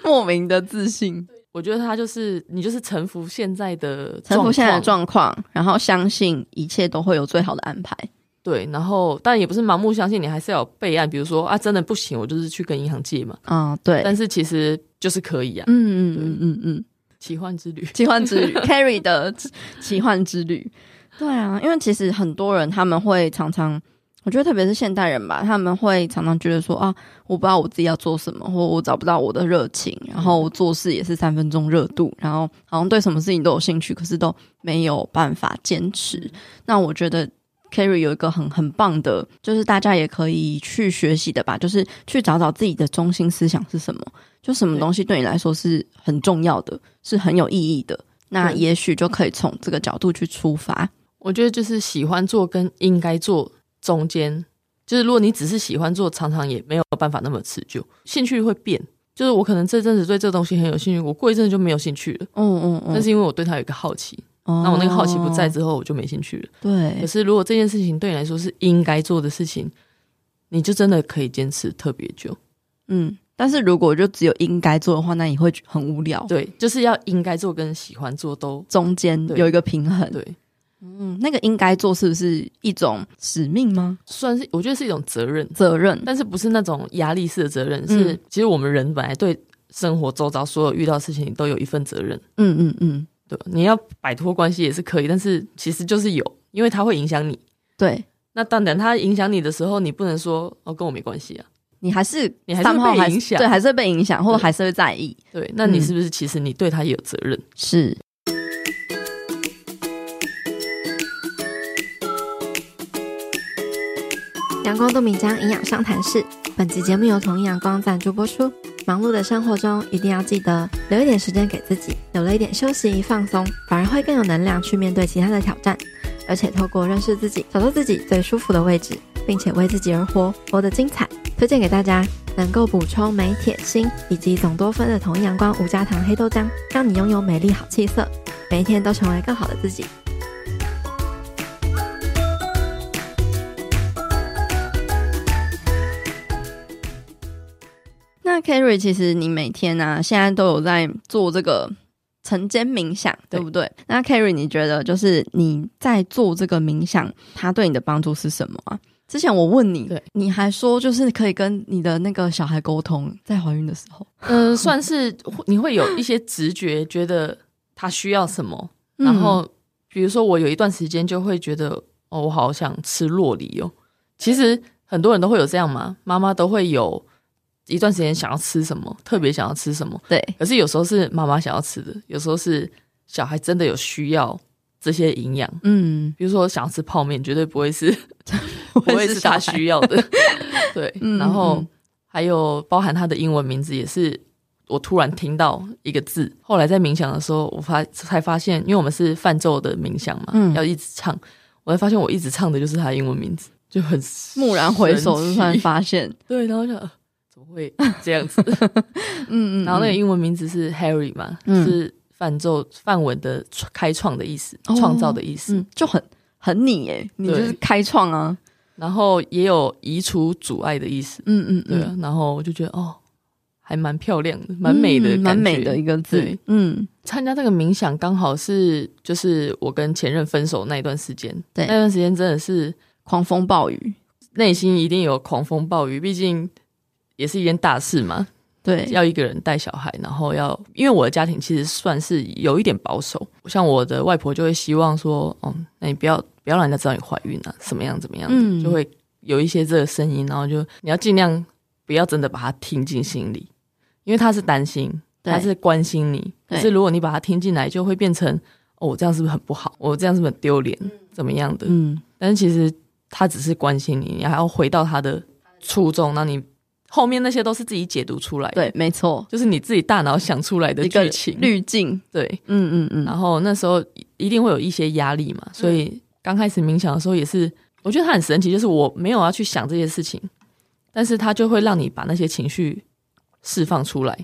[SPEAKER 2] 莫名的自信，
[SPEAKER 1] 我觉得他就是你就是臣服现在的
[SPEAKER 2] 臣服现在的
[SPEAKER 1] 状况
[SPEAKER 2] 状况，然后相信一切都会有最好的安排，
[SPEAKER 1] 对，然后但也不是盲目相信，你还是要有备案，比如说啊真的不行，我就是去跟银行借嘛。
[SPEAKER 2] 啊、对，
[SPEAKER 1] 但是其实就是可以啊，
[SPEAKER 2] 嗯嗯嗯嗯嗯。
[SPEAKER 1] 奇幻之旅。
[SPEAKER 2] 奇幻之旅，Carrie 的奇幻之旅。对啊，因为其实很多人他们会常常，我觉得特别是现代人吧，他们会常常觉得说啊，我不知道我自己要做什么，或我找不到我的热情，然后我做事也是三分钟热度，然后好像对什么事情都有兴趣，可是都没有办法坚持。那我觉得 Carrie 有一个很很棒的，就是大家也可以去学习的吧，就是去找找自己的中心思想是什么，就什么
[SPEAKER 1] 对
[SPEAKER 2] 东西对你来说是很重要的，是很有意义的。那
[SPEAKER 1] 对
[SPEAKER 2] 也许就可以从这个角度去出发。
[SPEAKER 1] 我觉得就是喜欢做跟应该做中间，就是如果你只是喜欢做，常常也没有办法那么持久，兴趣会变。就是我可能这阵子对这东西很有兴趣，我过一阵子就没有兴趣了，
[SPEAKER 2] 嗯嗯嗯
[SPEAKER 1] 那、是因为我对它有一个好奇。
[SPEAKER 2] 那
[SPEAKER 1] 那我那个好奇不在之后，我就没兴趣了。可
[SPEAKER 2] 对，
[SPEAKER 1] 是如果这件事情对你来说是应该做的事情，你就真的可以坚持特别久。
[SPEAKER 2] 嗯。但是如果就只有应该做的话，那你会觉很无聊。
[SPEAKER 1] 对，就是要应该做跟喜欢做都
[SPEAKER 2] 中间
[SPEAKER 1] 对
[SPEAKER 2] 有一个平衡。
[SPEAKER 1] 对，
[SPEAKER 2] 嗯，那个应该做是不是一种使命吗？
[SPEAKER 1] 算是我觉得是一种责任。
[SPEAKER 2] 责任？
[SPEAKER 1] 但是不是那种压力式的责任，是、
[SPEAKER 2] 嗯
[SPEAKER 1] 其实我们人本来对生活周遭所有遇到的事情都有一份责任，
[SPEAKER 2] 嗯嗯嗯，
[SPEAKER 1] 对吧？你要摆脱关系也是可以，但是其实就是有，因为它会影响你。
[SPEAKER 2] 对
[SPEAKER 1] 那当然，它影响你的时候，你不能说哦跟我没关系啊，
[SPEAKER 2] 你还是
[SPEAKER 1] 你还是
[SPEAKER 2] somehow
[SPEAKER 1] 被
[SPEAKER 2] 还是
[SPEAKER 1] 影响
[SPEAKER 2] 对，还是会被影响，或
[SPEAKER 1] 对
[SPEAKER 2] 还是会在意。
[SPEAKER 1] 对，那你
[SPEAKER 2] 嗯
[SPEAKER 1] 是不是其实你对他也有责任？
[SPEAKER 2] 是。
[SPEAKER 3] 阳光豆米浆营养商谈室。本期节目由同一阳光赞助播出。忙碌的生活中，一定要记得留一点时间给自己，留了一点休息与放松，反而会更有能量去面对其他的挑战。而且透过认识自己，找到自己最舒服的位置，并且为自己而活，活得精彩。推荐给大家，能够补充镁、铁、锌以及总多酚的同一阳光无加糖黑豆浆，让你拥有美丽好气色，每一天都成为更好的自己。
[SPEAKER 2] 那 Carrie，其实你每天啊，现在都有在做这个晨间冥想，对
[SPEAKER 1] 对
[SPEAKER 2] 不对？那 Carrie，你觉得就是你在做这个冥想，它对你的帮助是什么啊？之前我问你
[SPEAKER 1] 对，
[SPEAKER 2] 你还说就是可以跟你的那个小孩沟通，在怀孕的时候，
[SPEAKER 1] 嗯、算是 你会有一些直觉，觉得他需要什么，嗯
[SPEAKER 2] 嗯
[SPEAKER 1] 然后比如说我有一段时间就会觉得，哦，我好想吃洛梨哦。其实很多人都会有这样嘛，妈妈都会有一段时间想要吃什么，特别想要吃什么。
[SPEAKER 2] 对，
[SPEAKER 1] 可是有时候是妈妈想要吃的，有时候是小孩真的有需要这些营养。
[SPEAKER 2] 嗯，
[SPEAKER 1] 比如说想要吃泡面，绝对不会是不会是他需要 的。对
[SPEAKER 2] 嗯，
[SPEAKER 1] 然后
[SPEAKER 2] 嗯
[SPEAKER 1] 还有包含他的英文名字也是。我突然听到一个字，后来在冥想的时候，我发才发现，因为我们是泛奏的冥想嘛，
[SPEAKER 2] 嗯
[SPEAKER 1] 要一直唱，我才发现我一直唱的就是他的英文名字，就很
[SPEAKER 2] 蓦然回首，
[SPEAKER 1] 神
[SPEAKER 2] 就
[SPEAKER 1] 奇
[SPEAKER 2] 突然发现，
[SPEAKER 1] 对，然后就、呃怎么会这样子？
[SPEAKER 2] 嗯嗯，
[SPEAKER 1] 然后那个
[SPEAKER 2] 嗯
[SPEAKER 1] 英文名字是 Harry 嘛，
[SPEAKER 2] 嗯
[SPEAKER 1] 是伴奏范文的创开创的意思，
[SPEAKER 2] 哦
[SPEAKER 1] 创造的意思。
[SPEAKER 2] 嗯，就很很你耶，你就
[SPEAKER 1] 对
[SPEAKER 2] 是开创啊，
[SPEAKER 1] 然后也有移除阻碍的意思，
[SPEAKER 2] 嗯嗯
[SPEAKER 1] 对啊、
[SPEAKER 2] 嗯，
[SPEAKER 1] 然后我就觉得哦，还蛮漂亮的，蛮美的感
[SPEAKER 2] 嗯
[SPEAKER 1] 觉，
[SPEAKER 2] 蛮美的一个字
[SPEAKER 1] 对，
[SPEAKER 2] 嗯
[SPEAKER 1] 参加这个冥想刚好是就是我跟前任分手那一段时间，
[SPEAKER 2] 对
[SPEAKER 1] 那段时间真的是
[SPEAKER 2] 狂风暴雨，
[SPEAKER 1] 内心一定有狂风暴雨，毕竟也是一件大事嘛，
[SPEAKER 2] 对，
[SPEAKER 1] 要一个人带小孩，然后要因为我的家庭其实算是有一点保守，像我的外婆就会希望说，哦，那你不要不要让人家知道你怀孕啊，怎么样怎么样的，
[SPEAKER 2] 嗯
[SPEAKER 1] 就会有一些这个声音，然后就你要尽量不要真的把它听进心里，因为他是担心，
[SPEAKER 2] 对
[SPEAKER 1] 他是关心你，
[SPEAKER 2] 对
[SPEAKER 1] 可是如果你把它听进来，就会变成哦，我这样是不是很不好？我这样是不是很丢脸？怎么样的？
[SPEAKER 2] 嗯，
[SPEAKER 1] 但是其实他只是关心你，你还要回到他的初衷，那你后面那些都是自己解读出来的。
[SPEAKER 2] 对，没错，
[SPEAKER 1] 就是你自己大脑想出来的
[SPEAKER 2] 一个
[SPEAKER 1] 剧情，
[SPEAKER 2] 滤镜，
[SPEAKER 1] 对。
[SPEAKER 2] 嗯嗯嗯，
[SPEAKER 1] 然后那时候一定会有一些压力嘛，所以刚开始冥想的时候也是，我觉得它很神奇，就是我没有要去想这些事情，但是它就会让你把那些情绪释放出来。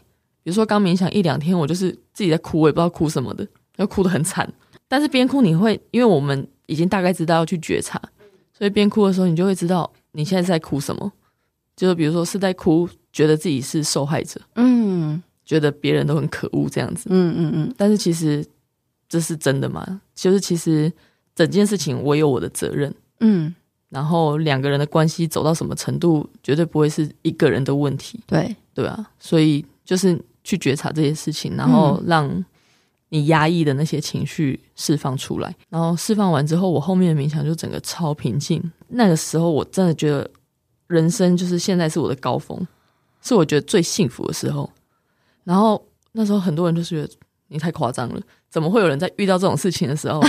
[SPEAKER 1] 比如说刚冥想一两天，我就是自己在哭，我也不知道哭什么的，要哭得很惨。但是边哭你会，因为我们已经大概知道要去觉察，所以边哭的时候你就会知道你现在是在哭什么，就是比如说是在哭，觉得自己是受害者，
[SPEAKER 2] 嗯
[SPEAKER 1] 觉得别人都很可恶这样子。
[SPEAKER 2] 嗯嗯嗯，
[SPEAKER 1] 但是其实这是真的吗？就是其实整件事情我有我的责任，
[SPEAKER 2] 嗯，
[SPEAKER 1] 然后两个人的关系走到什么程度，绝对不会是一个人的问题，
[SPEAKER 2] 对，
[SPEAKER 1] 对啊，所以就是去觉察这些事情，然
[SPEAKER 2] 嗯
[SPEAKER 1] 后让你压抑的那些情绪释放出来，然后释放完之后，我后面的冥想就整个超平静。那个时候我真的觉得人生就是现在是我的高峰，是我觉得最幸福的时候。然后那时候很多人就是觉得你太夸张了，怎么会有人在遇到这种事情的时候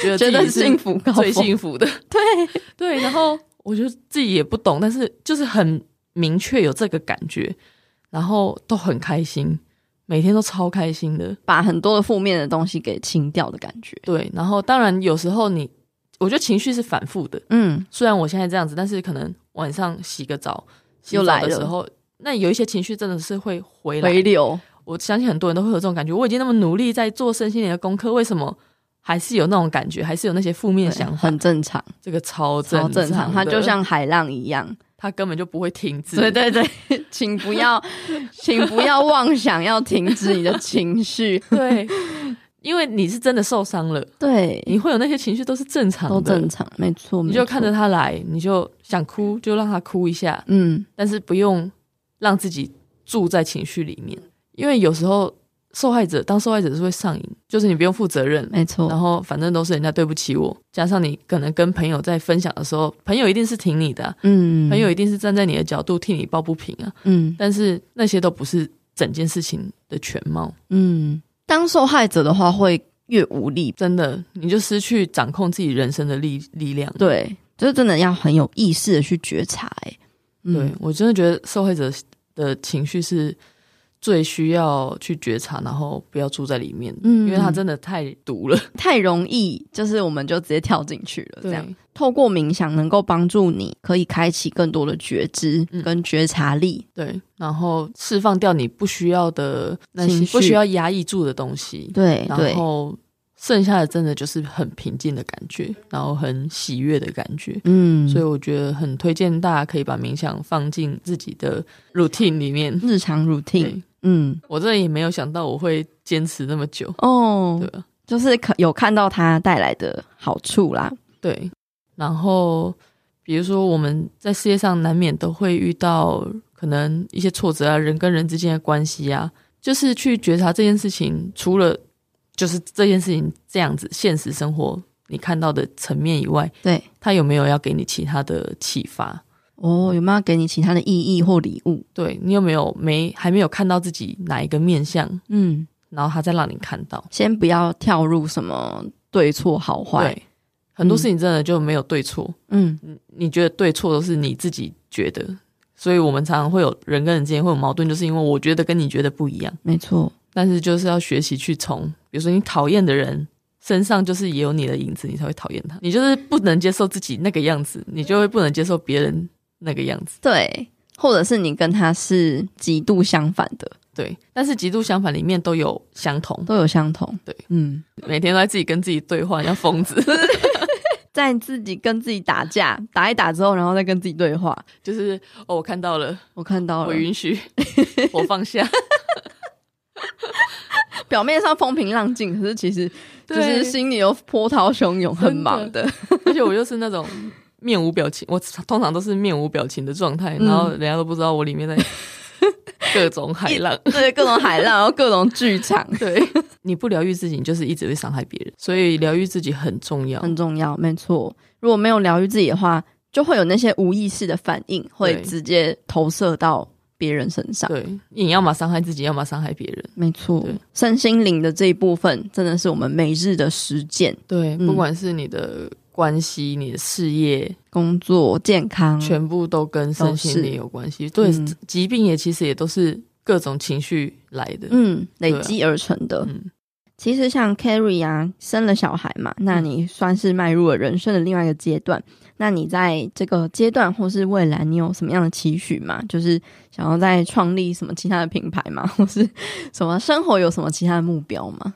[SPEAKER 1] 觉得
[SPEAKER 2] 觉
[SPEAKER 1] 自
[SPEAKER 2] 得
[SPEAKER 1] 己
[SPEAKER 2] 幸
[SPEAKER 1] 是
[SPEAKER 2] 福高
[SPEAKER 1] 最
[SPEAKER 2] 峰，
[SPEAKER 1] 幸福的？
[SPEAKER 2] 对，
[SPEAKER 1] 对，然 后我就自己也不懂，但是就是很明确有这个感觉，然后都很开心，每天都超开心的。
[SPEAKER 2] 把很多的负面的东西给清掉的感觉，
[SPEAKER 1] 对，然后当然有时候你，我觉得情绪是反复的。
[SPEAKER 2] 嗯，
[SPEAKER 1] 虽然我现在这样子，但是可能晚上洗个澡，洗
[SPEAKER 2] 又
[SPEAKER 1] 澡
[SPEAKER 2] 来
[SPEAKER 1] 的
[SPEAKER 2] 了
[SPEAKER 1] 时候，那有一些情绪真的是会回来。
[SPEAKER 2] 回流，
[SPEAKER 1] 我相信很多人都会有这种感觉。我已经那么努力在做身心灵的功课，为什么还是有那种感觉，还是有那些负面
[SPEAKER 2] 对
[SPEAKER 1] 想法？
[SPEAKER 2] 很正常，
[SPEAKER 1] 这个超正
[SPEAKER 2] 超正常，它
[SPEAKER 1] 的
[SPEAKER 2] 就像海浪一样，
[SPEAKER 1] 它根本就不会停止。
[SPEAKER 2] 对对对， 请不 要，请不要妄想要停止你的情 绪，
[SPEAKER 1] 对，因为你是真的受伤了，
[SPEAKER 2] 对，
[SPEAKER 1] 你会有那些情绪都是正常的，
[SPEAKER 2] 嗯都正常，没错，
[SPEAKER 1] 你
[SPEAKER 2] 没
[SPEAKER 1] 就
[SPEAKER 2] 错
[SPEAKER 1] 看着，他来，你就想哭就让他哭一下，
[SPEAKER 2] 嗯，
[SPEAKER 1] 但是不用让自己住在情绪里面，因为有时候受害者当受害者是会上瘾，就是你不用负责任。
[SPEAKER 2] 没错，
[SPEAKER 1] 然后反正都是人家对不起我，加上你可能跟朋友在分享的时候，朋友一定是挺你的啊、
[SPEAKER 2] 嗯，
[SPEAKER 1] 朋友一定是站在你的角度替你抱不平啊。
[SPEAKER 2] 嗯
[SPEAKER 1] 但是那些都不是整件事情的全貌，
[SPEAKER 2] 嗯，当受害者的话会越无力，
[SPEAKER 1] 真的，你就失去掌控自己人生的力力量。
[SPEAKER 2] 对，就是真的要很有意识的去觉察、欸，嗯
[SPEAKER 1] 对，我真的觉得受害者的情绪是最需要去觉察，然后不要住在里面，
[SPEAKER 2] 嗯
[SPEAKER 1] 因为它真的太毒了。
[SPEAKER 2] 太容易，就是我们就直接跳进去了，这样。
[SPEAKER 1] 对，
[SPEAKER 2] 透过冥想能够帮助你，可以开启更多的觉知
[SPEAKER 1] 嗯
[SPEAKER 2] 跟觉察力。
[SPEAKER 1] 对，然后释放掉你不需要的那
[SPEAKER 2] 情
[SPEAKER 1] 些
[SPEAKER 2] 绪
[SPEAKER 1] 不需要压抑住的东西，
[SPEAKER 2] 对对
[SPEAKER 1] 然后剩下的真的就是很平静的感觉，然后很喜悦的感觉。
[SPEAKER 2] 嗯，
[SPEAKER 1] 所
[SPEAKER 2] 所
[SPEAKER 1] 以
[SPEAKER 2] 以
[SPEAKER 1] 我觉得很推荐大家可以把冥想放进自己的 routine 里面。
[SPEAKER 2] 日常
[SPEAKER 1] 对
[SPEAKER 2] routine，，嗯，
[SPEAKER 1] 我真的也没有想到我会坚持那么久，
[SPEAKER 2] 哦
[SPEAKER 1] 对，吧？
[SPEAKER 2] 就是可有看到它带来的好处啦。
[SPEAKER 1] 对，然后比如说我们在世界上难免都会遇到可能一些挫折啊，人跟人之间的关系啊，就是去觉察这件事情，除了就是这件事情这样子现实生活你看到的层面以外，
[SPEAKER 2] 对，
[SPEAKER 1] 它有没有要给你其他的启发？
[SPEAKER 2] 哦，有没有给你其他的意义或礼物？
[SPEAKER 1] 对你有没有没还没有看到自己哪一个面相，
[SPEAKER 2] 嗯，
[SPEAKER 1] 然后他再让你看到？
[SPEAKER 2] 先不要跳入什么对错好坏。
[SPEAKER 1] 对，很多事情真的就没有对错，
[SPEAKER 2] 嗯，
[SPEAKER 1] 你觉得对错都是你自己觉得，所以我们常常会有人跟人之间会有矛盾，就是因为我觉得跟你觉得不一样。
[SPEAKER 2] 没错。
[SPEAKER 1] 但是就是要学习去从，比如说你讨厌的人身上，就是也有你的影子，你才会讨厌他。你就是不能接受自己那个样子，你就会不能接受别人那个样子。
[SPEAKER 2] 对，或者是你跟他是极度相反的，
[SPEAKER 1] 对，但是极度相反里面都有相同，
[SPEAKER 2] 都有相同。
[SPEAKER 1] 对，
[SPEAKER 2] 嗯，
[SPEAKER 1] 每天都在自己跟自己对话，像疯子，
[SPEAKER 2] 在自己跟自己打架，打一打之后，然后再跟自己对话。
[SPEAKER 1] 就是哦，我看到了，
[SPEAKER 2] 我看到
[SPEAKER 1] 我
[SPEAKER 2] 了，
[SPEAKER 1] 允许， 我放下，
[SPEAKER 2] 表面上风平浪静，可是其实就是
[SPEAKER 1] 对
[SPEAKER 2] 心里又波涛汹涌，很忙的。
[SPEAKER 1] 而且我又是那种面无表情，我通常都是面无表情的状态，
[SPEAKER 2] 嗯
[SPEAKER 1] 然后人家都不知道我里 面在各种海浪。
[SPEAKER 2] 对，各种海浪，然后各种剧场，
[SPEAKER 1] 对，你不疗愈自己，你就是一直会伤害别人，所以疗愈自己很重要。
[SPEAKER 2] 很重要。没错，如果没有疗愈自己的话，就会有那些无意识的反应，会
[SPEAKER 1] 对
[SPEAKER 2] 直接投射到别人身上。
[SPEAKER 1] 对，你要么伤害自己，要么伤害别人。
[SPEAKER 2] 没错
[SPEAKER 1] 对，
[SPEAKER 2] 身心灵的这一部分真的是我们每日的实践，
[SPEAKER 1] 对，
[SPEAKER 2] 嗯
[SPEAKER 1] 不管是你的关系、你的事业，
[SPEAKER 2] 工作、健康，
[SPEAKER 1] 全部嗯都跟身
[SPEAKER 2] 都
[SPEAKER 1] 心
[SPEAKER 2] 是
[SPEAKER 1] 灵有关系。对
[SPEAKER 2] 嗯，
[SPEAKER 1] 疾病也其实也都是各种情绪来的。
[SPEAKER 2] 嗯累
[SPEAKER 1] 对啊
[SPEAKER 2] 积而成的。
[SPEAKER 1] 嗯
[SPEAKER 2] 其实像 Carrie 啊，生了小孩嘛，那你算是迈入了人生的另外一个阶段。那你在这个阶段或是未来，你有什么样的期许吗？就是想要再创立什么其他的品牌吗？ 或是什么生活有什么其他的目标吗？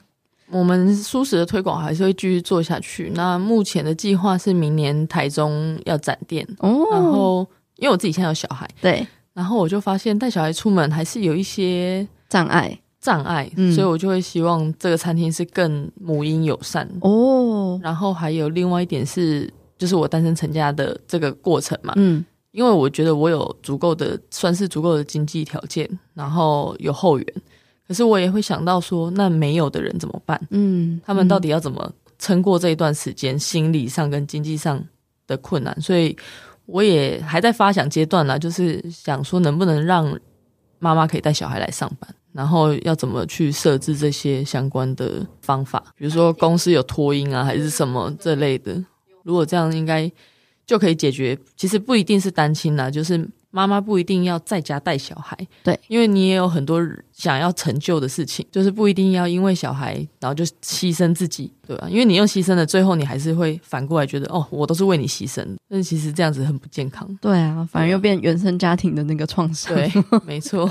[SPEAKER 1] 我们舒适的推广还是会继续做下去。那目前的计划是明年台中要展店，
[SPEAKER 2] 哦，
[SPEAKER 1] 然后因为我自己现在有小孩，
[SPEAKER 2] 对
[SPEAKER 1] 然后我就发现带小孩出门还是有一些
[SPEAKER 2] 障碍
[SPEAKER 1] 障碍，
[SPEAKER 2] 嗯
[SPEAKER 1] 所以我就会希望这个餐厅是更母婴友善。
[SPEAKER 2] 哦，
[SPEAKER 1] 然后还有另外一点是，就是我单身成家的这个过程嘛，
[SPEAKER 2] 嗯
[SPEAKER 1] 因为我觉得我有足够的，算是足够的经济条件，然后有后援，可是我也会想到说，那没有的人怎么办？
[SPEAKER 2] 嗯，
[SPEAKER 1] 他们到
[SPEAKER 2] 底
[SPEAKER 1] 底要怎么撑过这一段时间，心理上跟经济上的困难，所以我也还在发想阶段啦，就是想说能不能让妈妈可以带小孩来上班，然后要怎么去设置这些相关的方法，比如说公司有托婴啊，还是什么这类的。如果这样，应该就可以解决。其实不一定是单亲啦，就是妈妈不一定要在家带小孩，
[SPEAKER 2] 对，
[SPEAKER 1] 因为你也有很多想要成就的事情，就是不一定要因为小孩，然后就牺牲自己，对吧、因为你用牺牲的，最后你还是会反过来觉得，哦，我都是为你牺牲的，但其实这样子很不健康。
[SPEAKER 2] 对啊，反而又变原生家庭的那个创伤。
[SPEAKER 1] 对，没错，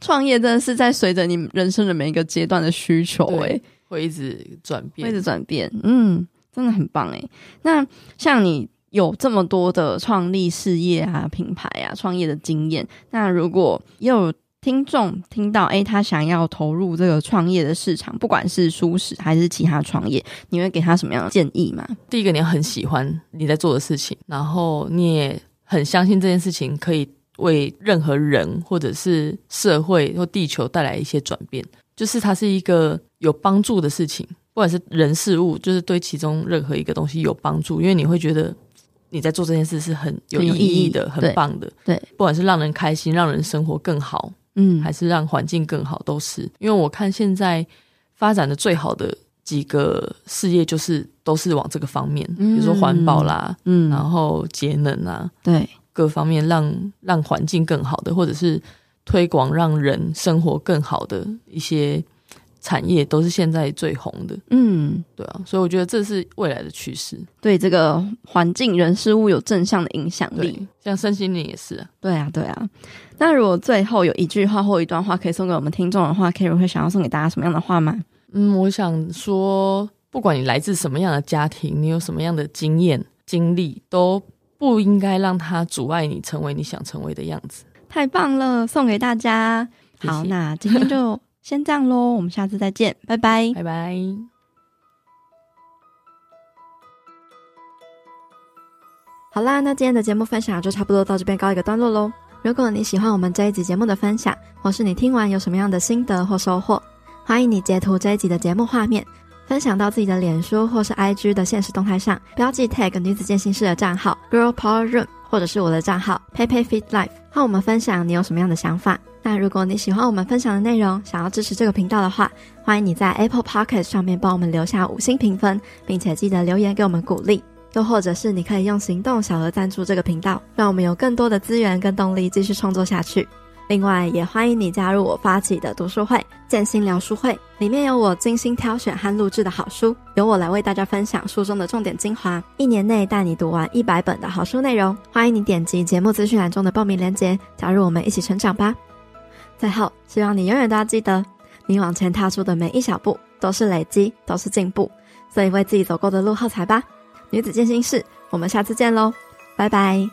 [SPEAKER 2] 创业真的是在随着你人生的每一个阶段的需求、
[SPEAKER 1] 对
[SPEAKER 2] 欸，
[SPEAKER 1] 会一直转
[SPEAKER 2] 位置
[SPEAKER 1] 变。
[SPEAKER 2] 转变，嗯，真的很棒哎。那像你有这么多的创立事业啊、品牌啊、创业的经验，那如果也有听众听到，诶，他想要投入这个创业的市场，不管是舒适还是其他创业，你会给他什么样的建议吗？
[SPEAKER 1] 第一个，你要很喜欢你在做的事情，然后你也很相信这件事情可以为任何人或者是社会或地球带来一些转变，就是它是一个有帮助的事情，不管是人事物，就是对其中任何一个东西有帮助，因为你会觉得你在做这件事是很有
[SPEAKER 2] 很
[SPEAKER 1] 意
[SPEAKER 2] 有意义
[SPEAKER 1] 义的、
[SPEAKER 2] 对
[SPEAKER 1] 很棒的，
[SPEAKER 2] 对
[SPEAKER 1] 不管是让人开心、让人生活更好，
[SPEAKER 2] 嗯，
[SPEAKER 1] 还是让环境更好，都是因为我看现在发展的最好的几个事业，就是都是往这个方面，
[SPEAKER 2] 嗯
[SPEAKER 1] 比如说环保啦，然
[SPEAKER 2] 嗯，
[SPEAKER 1] 后节能啊，
[SPEAKER 2] 对，
[SPEAKER 1] 各方面让让环境更好的，或者是推广让人生活更好的一些产业，都是现在最红的，
[SPEAKER 2] 嗯。
[SPEAKER 1] 对啊，所以我觉得这是未来的趋势。
[SPEAKER 2] 对这个环境、人、事物有正向的影响力，
[SPEAKER 1] 对，像身心灵也是、啊，
[SPEAKER 2] 对啊，对啊。那如果最后有一句话或一段话可以送给我们听众的话，Kerry 会想要送给大家什么样的话吗？
[SPEAKER 1] 嗯，我想说，不管你来自什么样的家庭，你有什么样的经验、经历，都不应该让它阻碍你成为你想成为的样子。
[SPEAKER 2] 太棒了，送给大家。
[SPEAKER 1] 谢谢
[SPEAKER 2] 好，那今天就先这样喽，我们下次再见，拜拜。
[SPEAKER 1] 拜拜。
[SPEAKER 3] 好啦，那今天的节目分享就差不多到这边告一个段落喽。如果你喜欢我们这一集节目的分享，或是你听完有什么样的心得或收获，欢迎你截图这一集的节目画面，分享到自己的脸书或是 IG 的现实动态上，标记 tag 女子健心室的账号 Girl Power Room，或者是我的账号 PayPay Fit Life，和我们分享你有什么样的想法。那如果你喜欢我们分享的内容，想要支持这个频道的话，欢迎你在 Apple Pocket 上面帮我们留下五星评分，并且记得留言给我们鼓励。又或者是你可以用行动小额赞助这个频道，让我们有更多的资源跟动力继续创作下去。另外，也欢迎你加入我发起的读书会“建心聊书会”，里面有我精心挑选和录制的好书，由我来为大家分享书中的重点精华，一年内带你读完一百本的好书内容。欢迎你点击节目资讯栏中的报名链接，加入我们一起成长吧。最后，希望你永远都要记得，你往前踏出的每一小步都是累积，都是进步，所以为自己走过的路喝彩吧。女子健心室，我们下次见喽，拜拜。